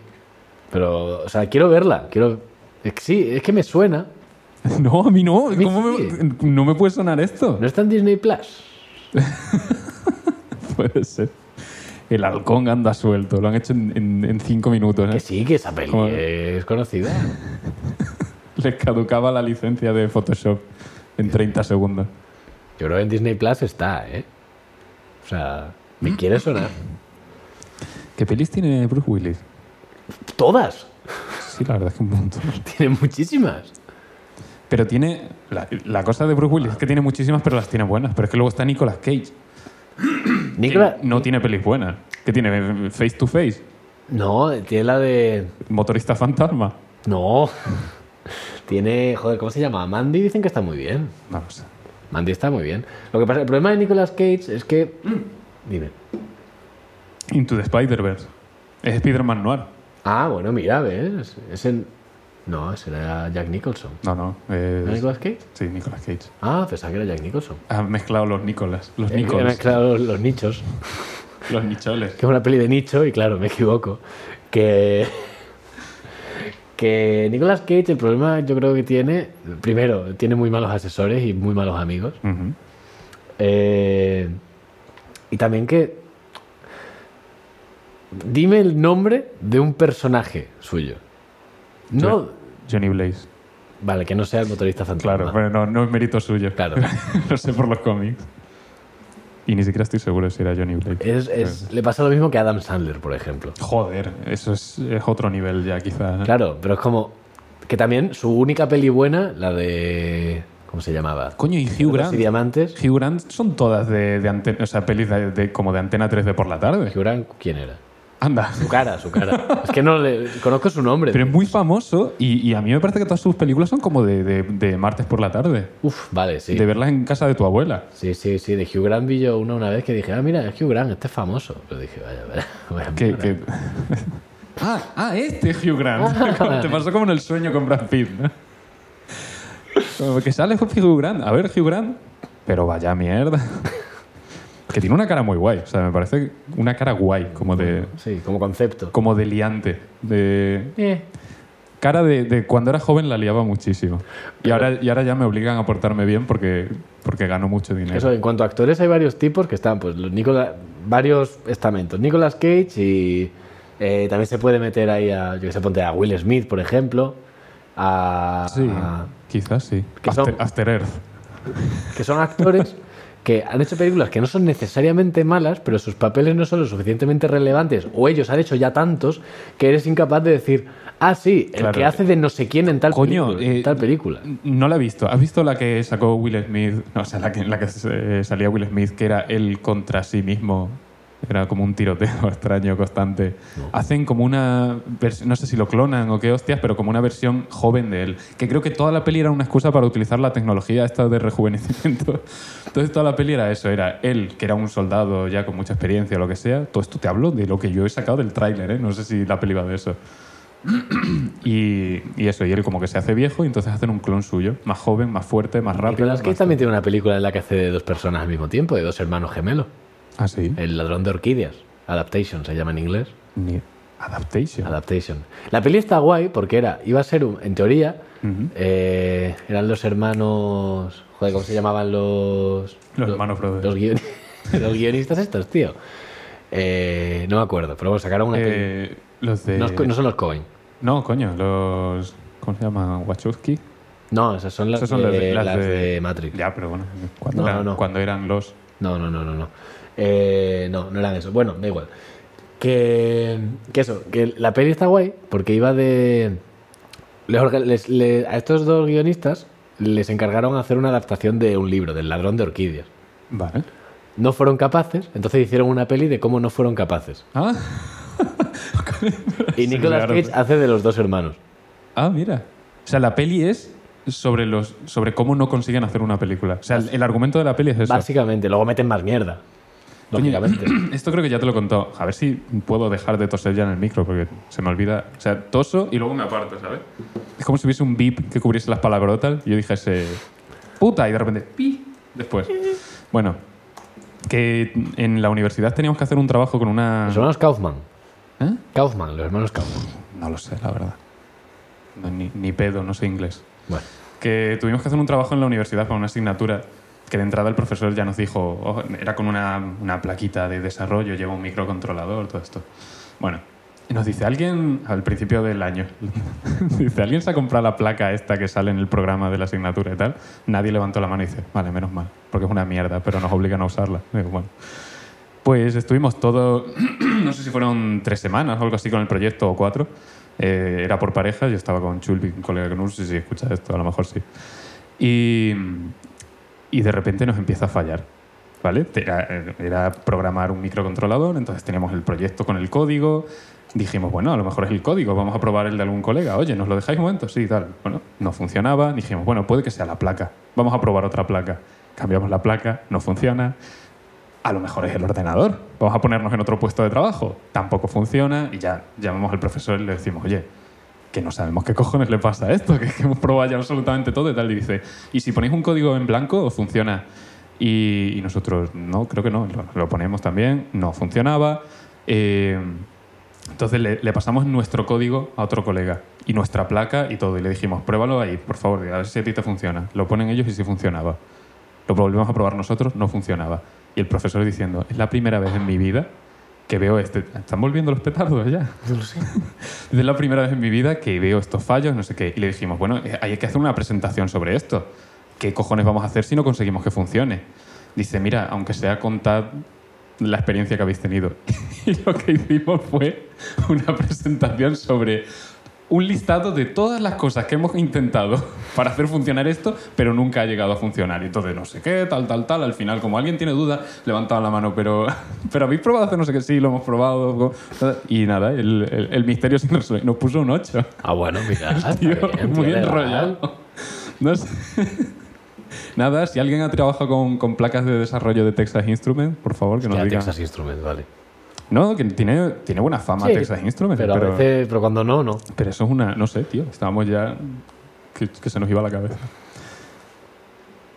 S1: Pero, o sea, quiero verla. Quiero. Es que sí, es que me suena.
S2: No, a mí no.
S1: mí
S2: ¿Cómo me- no me puede sonar esto.
S1: ¿No está en Disney Plus?
S2: [laughs] Puede ser. El halcón anda suelto. Lo han hecho en, en- en cinco minutos.
S1: Que
S2: ¿eh?
S1: sí, que esa peli
S2: Joder.
S1: es conocida.
S2: Les caducaba la licencia de Photoshop en 30 segundos.
S1: Yo creo que en Disney Plus está, ¿eh? O sea, me quiere sonar.
S2: ¿Qué pelis tiene Bruce Willis?
S1: Todas. [laughs]
S2: Sí, la verdad es que un montón.
S1: Tiene muchísimas.
S2: Pero tiene. La, la cosa de Bruce Willis es que tiene muchísimas, pero las tiene buenas. Pero es que luego está Nicolas Cage. que
S1: Nicola...
S2: No tiene pelis buenas. ¿Qué tiene? Face to Face.
S1: No, tiene la de...
S2: Motorista fantasma.
S1: No. [laughs] Tiene... Joder, ¿cómo se llama? Mandy dicen que está muy bien.
S2: No lo sé.
S1: Mandy está muy bien. Lo que pasa, el problema de Nicolas Cage es que... Dime.
S2: Into the Spider-Verse. Es Spider-Man Noir.
S1: Ah, bueno, mira, ¿ves? Es en... No, ese era Jack Nicholson.
S2: No, no.
S1: ¿No
S2: es-
S1: Nicolas Cage?
S2: Sí, Nicolas Cage.
S1: Ah, pensaba que era Jack Nicholson.
S2: Ha mezclado los Nicolas. Los
S1: Eh, he
S2: Nicolas.
S1: mezclado los- los nichos.
S2: Los Nicholes.
S1: que es una peli de nicho, y claro, me equivoco, que, que Nicolas Cage el problema yo creo que tiene, primero, tiene muy malos asesores y muy malos amigos,
S2: Ujú.
S1: Eh, y también que, dime el nombre de un personaje suyo. No,
S2: Johnny Blaze.
S1: vale, que no sea el motorista fantasma.
S2: Claro, pero no, no es mérito suyo.
S1: Claro.
S2: [laughs] no sé por los cómics. Y ni siquiera estoy seguro si era Johnny Blaze.
S1: Es-
S2: Pues,
S1: es- le pasa lo mismo que a Adam Sandler, por ejemplo.
S2: Joder, eso es, es otro nivel ya, quizá.
S1: Claro, pero es como que también su única peli buena, la de... ¿Cómo se llamaba?
S2: Coño, y
S1: Perlas
S2: Hugh Grant.
S1: y diamantes.
S2: Hugh Grant son todas de, de antena, o sea, pelis de, de- como de antena 3D por la tarde.
S1: Hugh Grant, ¿quién era?
S2: Anda.
S1: Su cara, su cara.
S2: [laughs]
S1: es que no le conozco su nombre.
S2: Pero es muy famoso y, y a mí me parece que todas sus películas son como de, de- de martes por la tarde.
S1: Uf, vale, sí.
S2: De verlas en casa de tu abuela.
S1: Sí, sí, sí. De Hugh Grant vi yo una una vez que dije, ah, mira, es Hugh Grant, este es famoso. Pero dije, vaya, vaya, [laughs] vaya
S2: Que,
S1: mierda.
S2: que- [laughs] Ah, ah, este Hugh Grant. Te pasó [laughs] como en el sueño con Brad Pitt, ¿no? Como que sale Hugh Grant. A ver, Hugh Grant. Pero vaya mierda. Que tiene una cara muy guay. O sea, me parece una cara guay, como de,
S1: Sí, como concepto.
S2: como de liante. De,
S1: Eh.
S2: cara de, de cuando era joven la liaba muchísimo. Y ahora, y ahora ya me obligan a portarme bien porque, porque gano mucho dinero.
S1: Eso, en cuanto a actores hay varios tipos que están, pues los Nicola- varios estamentos. Nicolas Cage y eh, también se puede meter ahí a, yo que sé, ponte a Will Smith, por ejemplo. A,
S2: Sí,
S1: a-
S2: quizás sí.
S1: Ah. Que son-
S2: After, After Earth.
S1: que son actores que han hecho películas que no son necesariamente malas, pero sus papeles no son lo suficientemente relevantes, o ellos han hecho ya tantos que eres incapaz de decir, ah, sí, el
S2: Claro.
S1: que hace de no sé quién en tal,
S2: Coño,
S1: película, en
S2: eh,
S1: tal película.
S2: No la he visto. ¿Has visto la que sacó Will Smith? No, o sea, la que, la que eh, salía Will Smith, que era él contra sí mismo. Era como un tiroteo [laughs] extraño, constante. Hacen como una. vers- No sé si lo clonan o qué hostias, pero como una versión joven de él. Que creo que toda la peli era una excusa para utilizar la tecnología esta de rejuvenecimiento. [laughs] Entonces, toda la peli era eso: era él, que era un soldado ya con mucha experiencia o lo que sea. Todo esto te hablo de lo que yo he sacado del tráiler, ¿eh? No sé si la peli va de eso. Y, y eso, y él como que se hace viejo y entonces hacen un clon suyo, más joven, más fuerte, más rápido.
S1: Nicolas Cage
S2: más-
S1: también tiene una película en la que hace de dos personas al mismo tiempo, de dos hermanos gemelos.
S2: Ah, sí.
S1: El ladrón de orquídeas. Adaptation se llama en inglés.
S2: Ni- Adaptation.
S1: Adaptation. La peli está guay porque era, iba a ser, un- en teoría, eh, eran los hermanos. Joder, ¿cómo se llamaban los.
S2: Los hermanos Brothers.
S1: Los, guion- [laughs] los guionistas estos, tío. Eh, no me acuerdo, pero bueno, sacaron una peli.
S2: Eh, los de...
S1: No, es co- no son los Cohen.
S2: No, coño, los. ¿Cómo se llama? Wachowski.
S1: No, esas son las,
S2: Esas son
S1: de,
S2: las de- las
S1: las
S2: de-
S1: de Matrix.
S2: Ya, pero bueno. Cuando,
S1: No,
S2: eran,
S1: no, no.
S2: cuando eran los.
S1: No, no, no, no, no. Eh, no, no eran eso. Bueno, da igual. Que, que eso, que la peli está guay porque iba de... les orga- les- le- a estos dos guionistas les encargaron hacer una adaptación de un libro, del ladrón de orquídeas.
S2: Vale.
S1: No fueron capaces, entonces hicieron una peli de cómo no fueron capaces.
S2: Ah, [laughs]
S1: Y Nicolas
S2: claro.
S1: Cage hace de los dos hermanos.
S2: ah, mira. O sea, la peli es sobre los sobre cómo no consiguen hacer una película. O sea, el, el argumento de la peli es eso.
S1: Básicamente, luego meten más mierda.
S2: Coño,
S1: Lógicamente.
S2: [clears throat] Esto creo que ya te lo he contado. A ver si puedo dejar de toser ya en el micro, porque se me olvida. O sea, toso y luego me aparto, ¿sabes? Es como si hubiese un beep que cubriese las palabrotas y yo dijese puta y de repente pi después. Bueno, que en la universidad teníamos que hacer un trabajo con una.
S1: Los hermanos Kaufman.
S2: ¿Eh?
S1: Kaufman, los hermanos Kaufman.
S2: No lo sé, la verdad. No, ni, ni pedo, no sé inglés.
S1: Bueno.
S2: que tuvimos que hacer un trabajo en la universidad para una asignatura que de entrada el profesor ya nos dijo, "Oh, era con una, una plaquita de desarrollo, lleva un microcontrolador, todo esto. Bueno, y nos dice alguien al principio del año, [laughs] dice, ¿alguien se ha comprado la placa esta que sale en el programa de la asignatura y tal? Nadie levantó la mano y dice, vale, menos mal, porque es una mierda, pero nos obligan a usarla. Digo, bueno. Pues estuvimos todo, [clears throat] no sé si fueron tres semanas o algo así con el proyecto o cuatro. Eh, era por parejas, yo estaba con Chulbi, un colega que no sé si escucha esto, a lo mejor sí. Y, y de repente nos empieza a fallar. ¿Vale? Era, era programar un microcontrolador, entonces teníamos el proyecto con el código. Dijimos, bueno, a lo mejor es el código, vamos a probar el de algún colega. Oye, ¿nos lo dejáis un momento? Sí, tal. Bueno, no funcionaba. Dijimos, bueno, puede que sea la placa. Vamos a probar otra placa. Cambiamos la placa, no funciona. A lo mejor es el ordenador. Vamos a ponernos en otro puesto de trabajo. Tampoco funciona y ya llamamos al profesor y le decimos, oye, que no sabemos qué cojones le pasa a esto, que, es que hemos probado ya absolutamente todo y tal. Y dice, ¿y si ponéis un código en blanco, os funciona? Y, y nosotros, no, creo que no, lo, lo ponemos también, no funcionaba. Eh, entonces le, le pasamos nuestro código a otro colega y nuestra placa y todo. Y le dijimos, pruébalo ahí, por favor, a ver si a ti te funciona. Lo ponen ellos y si funcionaba. Lo volvimos a probar nosotros, no funcionaba. Y el profesor diciendo, es la primera vez en mi vida que veo este... Están volviendo los petardos ya. Dice, [laughs] Es la primera vez en mi vida que veo estos fallos, no sé qué. Y le dijimos, bueno, eh, hay que hacer una presentación sobre esto. ¿Qué cojones vamos a hacer si no conseguimos que funcione? Dice, mira, aunque sea contad la experiencia que habéis tenido. [laughs] y lo que hicimos fue una presentación sobre un listado de todas las cosas que hemos intentado [laughs] para hacer funcionar esto, pero nunca ha llegado a funcionar. Y entonces no sé qué, tal, tal, tal. Al final, como alguien tiene duda, levantaba la mano, pero, [laughs] pero habéis probado hacer no sé qué, sí, lo hemos probado. Y nada, el, el- el misterio sin resolver. Nos puso un 8.
S1: Ah, bueno, mira. está
S2: [laughs] Tío,
S1: bien,
S2: muy
S1: tío, legal.
S2: enrollado. No sé. [laughs] Nada, si alguien ha trabajado con, con placas de desarrollo de Texas Instruments, por favor, que nos
S1: Ya,
S2: diga.
S1: Texas Instruments, vale.
S2: No, que tiene, tiene buena fama
S1: Sí,
S2: Texas Instruments,
S1: Pero,
S2: pero,
S1: a veces, pero cuando no, no.
S2: pero eso es una... No sé, tío, estábamos ya... Que, que se nos iba la cabeza.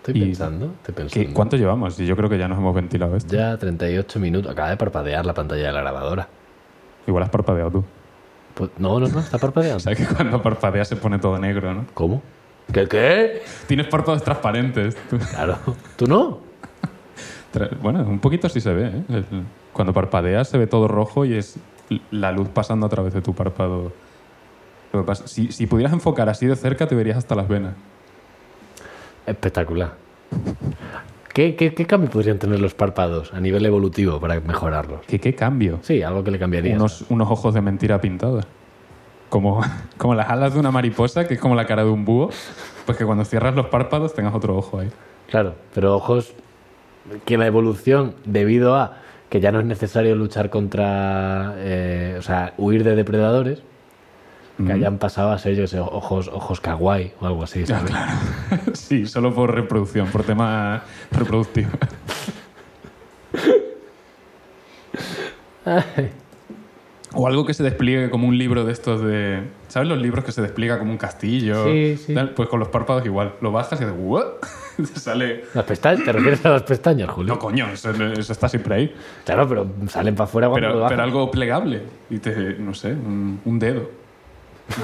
S1: Estoy
S2: Y-
S1: pensando, estoy
S2: ¿Qué-
S1: pensando.
S2: ¿Cuánto llevamos? Y yo creo que ya nos hemos ventilado esto.
S1: Ya 38 minutos. Acaba de parpadear la pantalla de la grabadora.
S2: Igual has parpadeado [laughs] tú.
S1: Pues- no, no, no, está
S2: O
S1: parpadeando.
S2: [laughs] sea, que cuando parpadeas se pone todo negro, ¿no?
S1: ¿Cómo? ¿Qué qué?
S2: Tienes párpados transparentes. tú.
S1: Claro. ¿Tú no?
S2: Tra- Bueno, un poquito sí se ve, ¿eh? El- Cuando parpadeas se ve todo rojo y es l- la luz pasando a través de tu párpado. Lo que pasa- si, si pudieras enfocar así de cerca te verías hasta las venas.
S1: Espectacular. ¿Qué, qué, qué cambio podrían tener los párpados a nivel evolutivo para mejorarlos?
S2: ¿Qué, qué cambio?
S1: Sí, algo que le cambiaría.
S2: Unos, unos ojos de mentira pintados. Como, [laughs] como las alas de una mariposa, que es como la cara de un búho. Pues que cuando cierras los párpados tengas otro ojo ahí. [laughs]
S1: Claro, pero ojos que la evolución, debido a que ya no es necesario luchar contra, eh, o sea, huir de depredadores, que hayan pasado a ser, yo qué sé, ojos, ojos kawaii o algo
S2: Ah,
S1: así. ¿sabes?
S2: Sí, solo por reproducción, por tema
S1: [laughs]
S2: reproductivo. O algo que se despliegue como un libro de estos de... ¿Sabes los libros que se despliega como un castillo?
S1: Sí, sí.
S2: Tal, Pues con los párpados igual. Lo bajas y haces... "What?" [laughs] Te sale...
S1: Las pestañas, ¿Te refieres a las pestañas, Julio?
S2: No, coño, eso, eso está siempre ahí.
S1: Claro, pero salen para afuera cuando lo
S2: Pero,
S1: bajan.
S2: pero algo plegable. Y te... No sé, un, un dedo.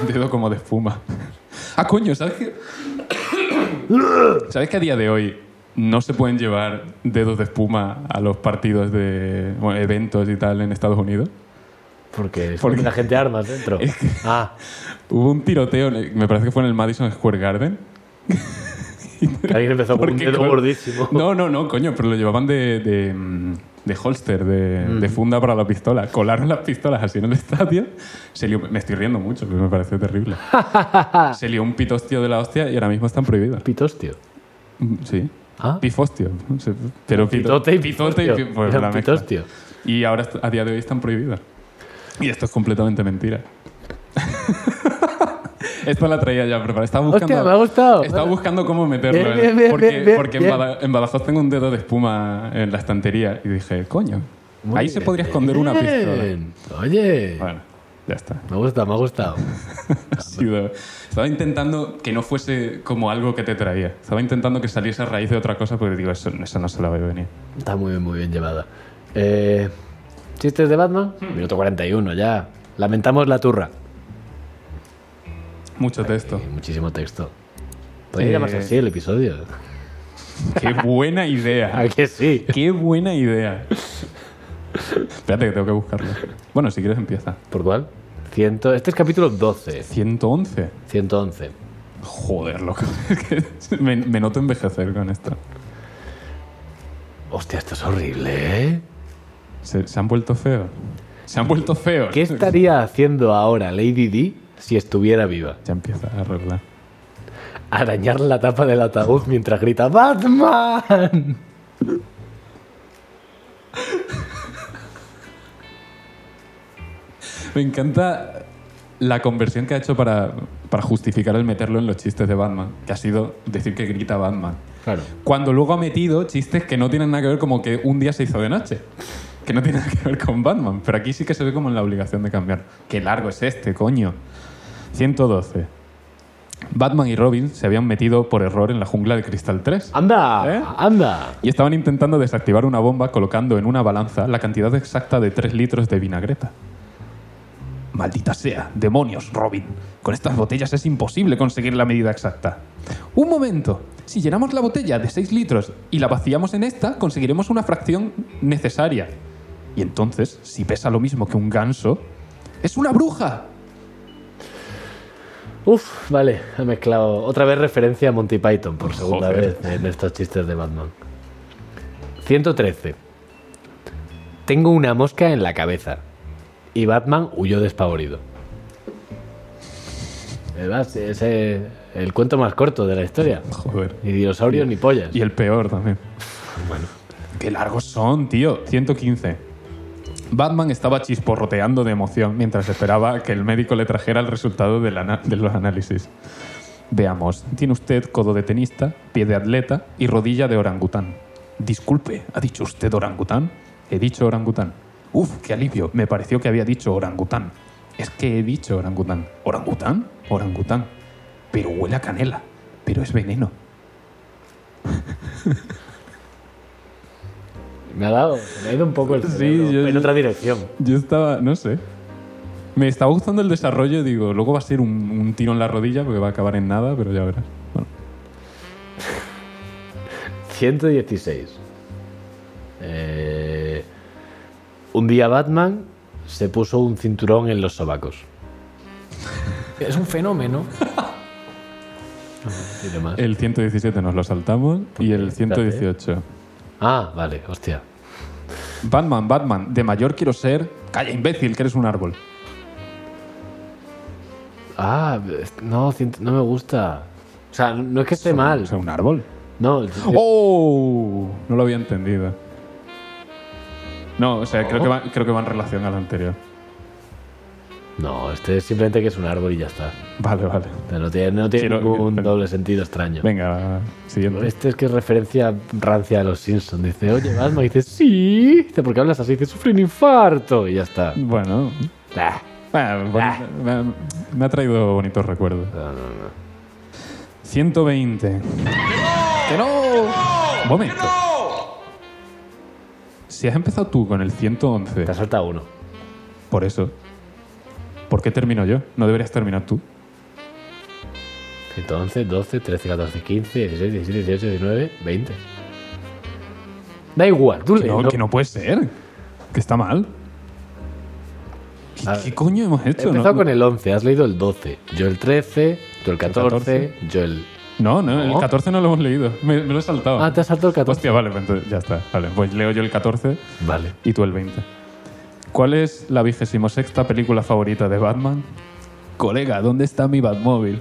S2: Un dedo como de espuma. Ah, coño, ¿sabes qué? ¿Sabes que a día de hoy no se pueden llevar dedos de espuma a los partidos de... bueno, eventos y tal en Estados Unidos?
S1: Porque, es
S2: Porque-
S1: la gente armas
S2: [laughs]
S1: dentro. Ah,
S2: Hubo un tiroteo, en el- me parece que fue en el Madison Square Garden.
S1: alguien empezó con un
S2: Porque,
S1: dedo
S2: claro,
S1: gordísimo.
S2: No, no, no, coño, pero lo llevaban de, de, mm, de holster, de,
S1: Mm.
S2: de funda para la pistola. Colaron las pistolas así en el estadio. Se lió- me estoy riendo mucho, pero me
S1: [laughs]
S2: parece terrible. se lió un pitostio de la hostia y ahora mismo están prohibidas.
S1: Pitos, tío.
S2: Mm, Sí.
S1: Ah,
S2: Pifostio. no sé, Pero pito-
S1: pitote y
S2: pitote
S1: pitote.
S2: pi- pues, la mezcla.
S1: pitos, tío.
S2: Y ahora est- a día de hoy están prohibidas. Y esto es completamente mentira. [laughs] esto la traía ya preparada. Estaba buscando,
S1: Hostia, me ha gustado.
S2: Estaba buscando cómo meterlo.
S1: Bien,
S2: en-
S1: bien, bien,
S2: porque
S1: bien, bien,
S2: porque En,
S1: bien.
S2: Bada- en Badajoz tengo un dedo de espuma en la estantería. Y dije, coño,
S1: Muy
S2: ahí se
S1: bien.
S2: podría esconder una pistola.
S1: Bien. Oye,
S2: Bueno, ya está. [laughs]
S1: me gusta, me ha gustado.
S2: Ha sido- Estaba intentando que no fuese como algo que te traía. Estaba intentando que saliese a raíz de otra cosa, porque digo, eso, eso no se la veo venir.
S1: Está muy bien, muy bien llevada. Eh, ¿Chistes de Batman? Minuto 41 ya. Lamentamos la turra.
S2: Mucho texto.
S1: Y muchísimo texto. Podría
S2: Eh,
S1: llamarse así el episodio.
S2: Qué buena idea.
S1: [laughs] ¿A que sí?
S2: Qué buena idea. Espérate que tengo que buscarlo. Bueno, si quieres empieza.
S1: ¿Por cuál? Ciento... Este es capítulo 12.
S2: 111.
S1: 111.
S2: Joder, loco. [laughs] Es que me, me noto envejecer con esto.
S1: Hostia, esto es horrible, ¿eh?
S2: Se, se han vuelto feos. Se han vuelto feos.
S1: ¿Qué estaría haciendo ahora Lady D si estuviera viva?
S2: Ya empieza a arreglar.
S1: Arañar la tapa del ataúd mientras grita ¡Batman!
S2: Me encanta la conversión que ha hecho para, para justificar el meterlo en los chistes de Batman, que ha sido decir que grita Batman.
S1: Claro.
S2: Cuando luego ha metido chistes que no tienen nada que ver como que un día se hizo de noche. Que no tiene nada que ver con Batman. Pero aquí sí que se ve como en la obligación de cambiar. Qué largo es este, coño. 112. Batman y Robin se habían metido por error en la jungla de Cristal 3.
S1: ¡Anda!
S2: ¿Eh?
S1: ¡Anda!
S2: Y estaban intentando desactivar una bomba colocando en una balanza la cantidad exacta de 3 litros de vinagreta. Maldita sea, demonios, Robin. Con estas botellas es imposible conseguir la medida exacta. Un momento. Si llenamos la botella de 6 litros y la vaciamos en esta, conseguiremos una fracción necesaria. Y entonces, si pesa lo mismo que un ganso, es una bruja.
S1: Uf, vale, ha mezclado otra vez referencia a Monty Python por segunda
S2: Joder.
S1: vez en estos chistes de Batman. 113. Tengo una mosca en la cabeza. Y Batman huyó despavorido. Además, es eh, el cuento más corto de la historia.
S2: Joder.
S1: Ni dinosaurios ni pollas.
S2: Y el peor también. Qué largos son, tío. 115. Batman estaba chisporroteando de emoción mientras esperaba que el médico le trajera el resultado del ana- de los análisis. Veamos, tiene usted codo de tenista, pie de atleta y rodilla de orangután. Disculpe, ¿ha dicho usted orangután? He dicho orangután. Uf, qué alivio, me pareció que había dicho orangután. Es que he dicho orangután. ¿Orangután? Orangután. Pero huele a canela, pero es veneno.
S1: Me ha dado, me ha ido un poco el
S2: Sí,
S1: cerebro
S2: yo-
S1: en otra dirección.
S2: Yo estaba, no sé. Me estaba gustando el desarrollo, digo, luego va a ser un, un tiro en la rodilla porque va a acabar en nada, pero ya verás. Bueno,
S1: 116. Eh, un día Batman se puso un cinturón en los sobacos. Es un [laughs] fenómeno. Tiene más.
S2: el 117 nos lo saltamos y el 118.
S1: Ah, vale, hostia.
S2: Batman, Batman, de mayor quiero ser. Calla, imbécil, que eres un árbol.
S1: Ah, es- no, cien- no me gusta. O sea, no es que esté mal.
S2: O sea, un árbol.
S1: No, el-
S2: ¡Oh! No lo había entendido. No, o sea, creo, que va, creo que va en relación al anterior.
S1: No, este es simplemente que es un árbol y ya está.
S2: Vale, vale.
S1: O sea, No tiene, no tiene
S2: Quiero-
S1: ningún doble sentido extraño.
S2: Venga, siguiente.
S1: Este es que es referencia rancia de los Simpsons. Dice, oye, Batman. Y dice, sí. Dice, ¿por qué hablas así? Dice, sufrí un infarto. Y ya está.
S2: Bueno,
S1: Ah,
S2: bueno, boni-
S1: Ah.
S2: me- me ha traído bonitos recuerdos.
S1: No, no, no.
S2: 120. ¡Que no! Momento. Si has empezado tú con el 111,
S1: Te ha saltado uno.
S2: por eso, ¿por qué termino yo? ¿No deberías terminar tú?
S1: 111, 12, 13, 14, 15, 16, 17, 18, 19, 20. Da igual, tú
S2: Que no,
S1: léelo.
S2: que no puede ser. Que está mal. ¿Qué,
S1: A ver.
S2: qué coño hemos
S1: He
S2: hecho?
S1: empezado
S2: No,
S1: con el 11, has leído el 12. Yo el 13, tú el 14,
S2: 14.
S1: yo el...
S2: no, no,
S1: No.
S2: el 14 no lo hemos leído. Me, me lo he saltado.
S1: Ah, te has saltado el 14.
S2: Hostia, vale, pues entonces ya está. Vale, pues leo yo el 14
S1: Vale.
S2: y tú el 20. ¿Cuál es la vigésimo sexta película favorita de Batman? Colega, ¿dónde está mi Batmóvil?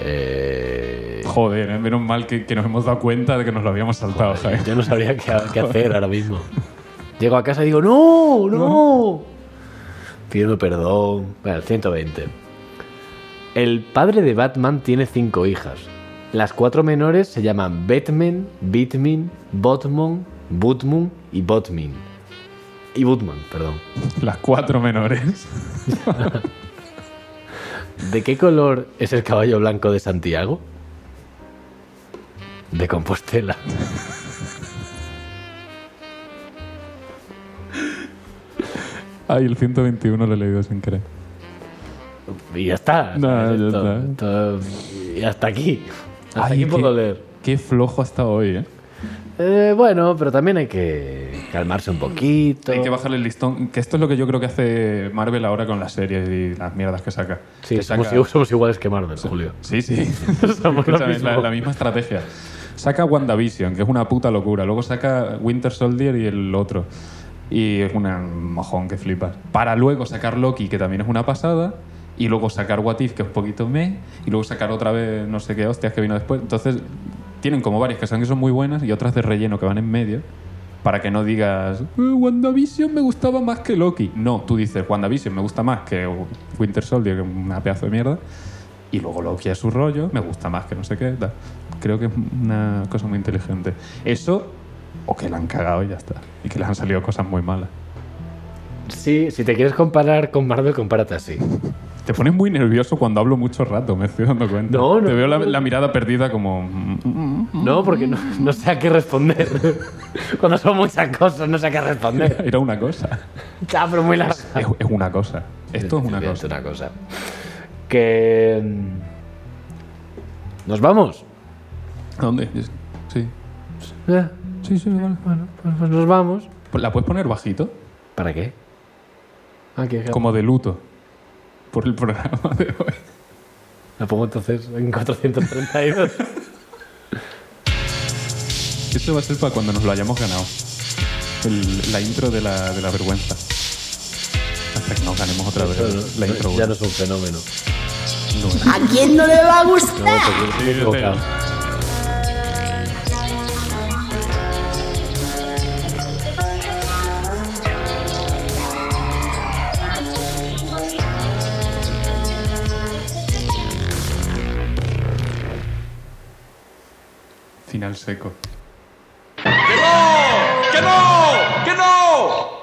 S1: Eh...
S2: Joder, eh, menos mal que, que nos hemos dado cuenta de que nos lo habíamos saltado, Jaime.
S1: [laughs] Yo no sabría qué, qué hacer ahora mismo. Llego a casa y digo, no, no. Pido perdón. Bueno, 120. El padre de Batman tiene cinco hijas. Las cuatro menores se llaman Batman, Bitmin, Botmon, Butmun y Botmin. Y Butman, perdón.
S2: Las cuatro menores.
S1: ¿De qué color es el caballo blanco de Santiago? De Compostela.
S2: Ay, el 121 lo he leído sin querer.
S1: Y ya está.
S2: No,
S1: ¿sabes?
S2: ya
S1: Esto- esto- y hasta aquí. Hasta aquí puedo
S2: qué,
S1: leer.
S2: Qué flojo ha estado hoy, ¿eh?
S1: Eh, bueno, pero también hay que calmarse un poquito.
S2: Hay que bajarle el listón. Que esto es lo que yo creo que hace Marvel ahora con las series y las mierdas que saca.
S1: Sí,
S2: Que
S1: somos,
S2: saca-
S1: igu- somos iguales que Marvel, Julio.
S2: Sí, sí.
S1: Somos
S2: [laughs]
S1: lo
S2: Escúchame, la,
S1: mismo.
S2: la misma estrategia. Saca WandaVision, que es una puta locura. Luego saca Winter Soldier y el otro. Y es un mojón que flipas. Para luego sacar Loki, que también es una pasada. Y luego sacar What If, que es un poquito meh. Y luego sacar otra vez no sé qué hostias que vino después. Entonces, tienen como varias que son que son muy buenas y otras de relleno que van en medio. Para que no digas, "Eh, WandaVision me gustaba más que Loki. No, tú dices, WandaVision me gusta más que Winter Soldier, que es una pedazo de mierda. Y luego Loki es su rollo, me gusta más que no sé qué. tal. Creo que es una cosa muy inteligente. Eso, o que la han cagado y ya está. Y que les han salido cosas muy malas.
S1: Sí, si te quieres comparar con Marvel, compárate así.
S2: Te pones muy nervioso cuando hablo mucho rato, me estoy dando cuenta.
S1: No, no.
S2: Te veo la, la mirada perdida como... "Mm, mm, mm".
S1: No, porque no, no sé a qué responder. [laughs] Cuando son muchas cosas, no sé a qué [laughs] responder.
S2: [laughs] Era una cosa.
S1: Está, pero muy largo.
S2: Es, es una cosa. Esto es una
S1: Es
S2: cosa.
S1: una cosa. Que... mm, ¿Nos vamos?
S2: ¿A dónde? Sí.
S1: Eh,
S2: Sí, sí, vale.
S1: bueno, pues, pues nos vamos.
S2: ¿La puedes poner bajito?
S1: ¿Para qué?
S2: Como de luto. Por el programa de hoy.
S1: La pongo entonces en 432.
S2: Esto va a ser para cuando nos lo hayamos ganado. El- la intro de la, de la vergüenza. Hasta que nos ganemos otra vez la intro.
S1: ya no es un fenómeno.
S2: No,
S3: ¿A quién no le va a gustar?
S1: Me he equivocado.
S2: Final seco.
S4: ¡Que no! ¡Que no!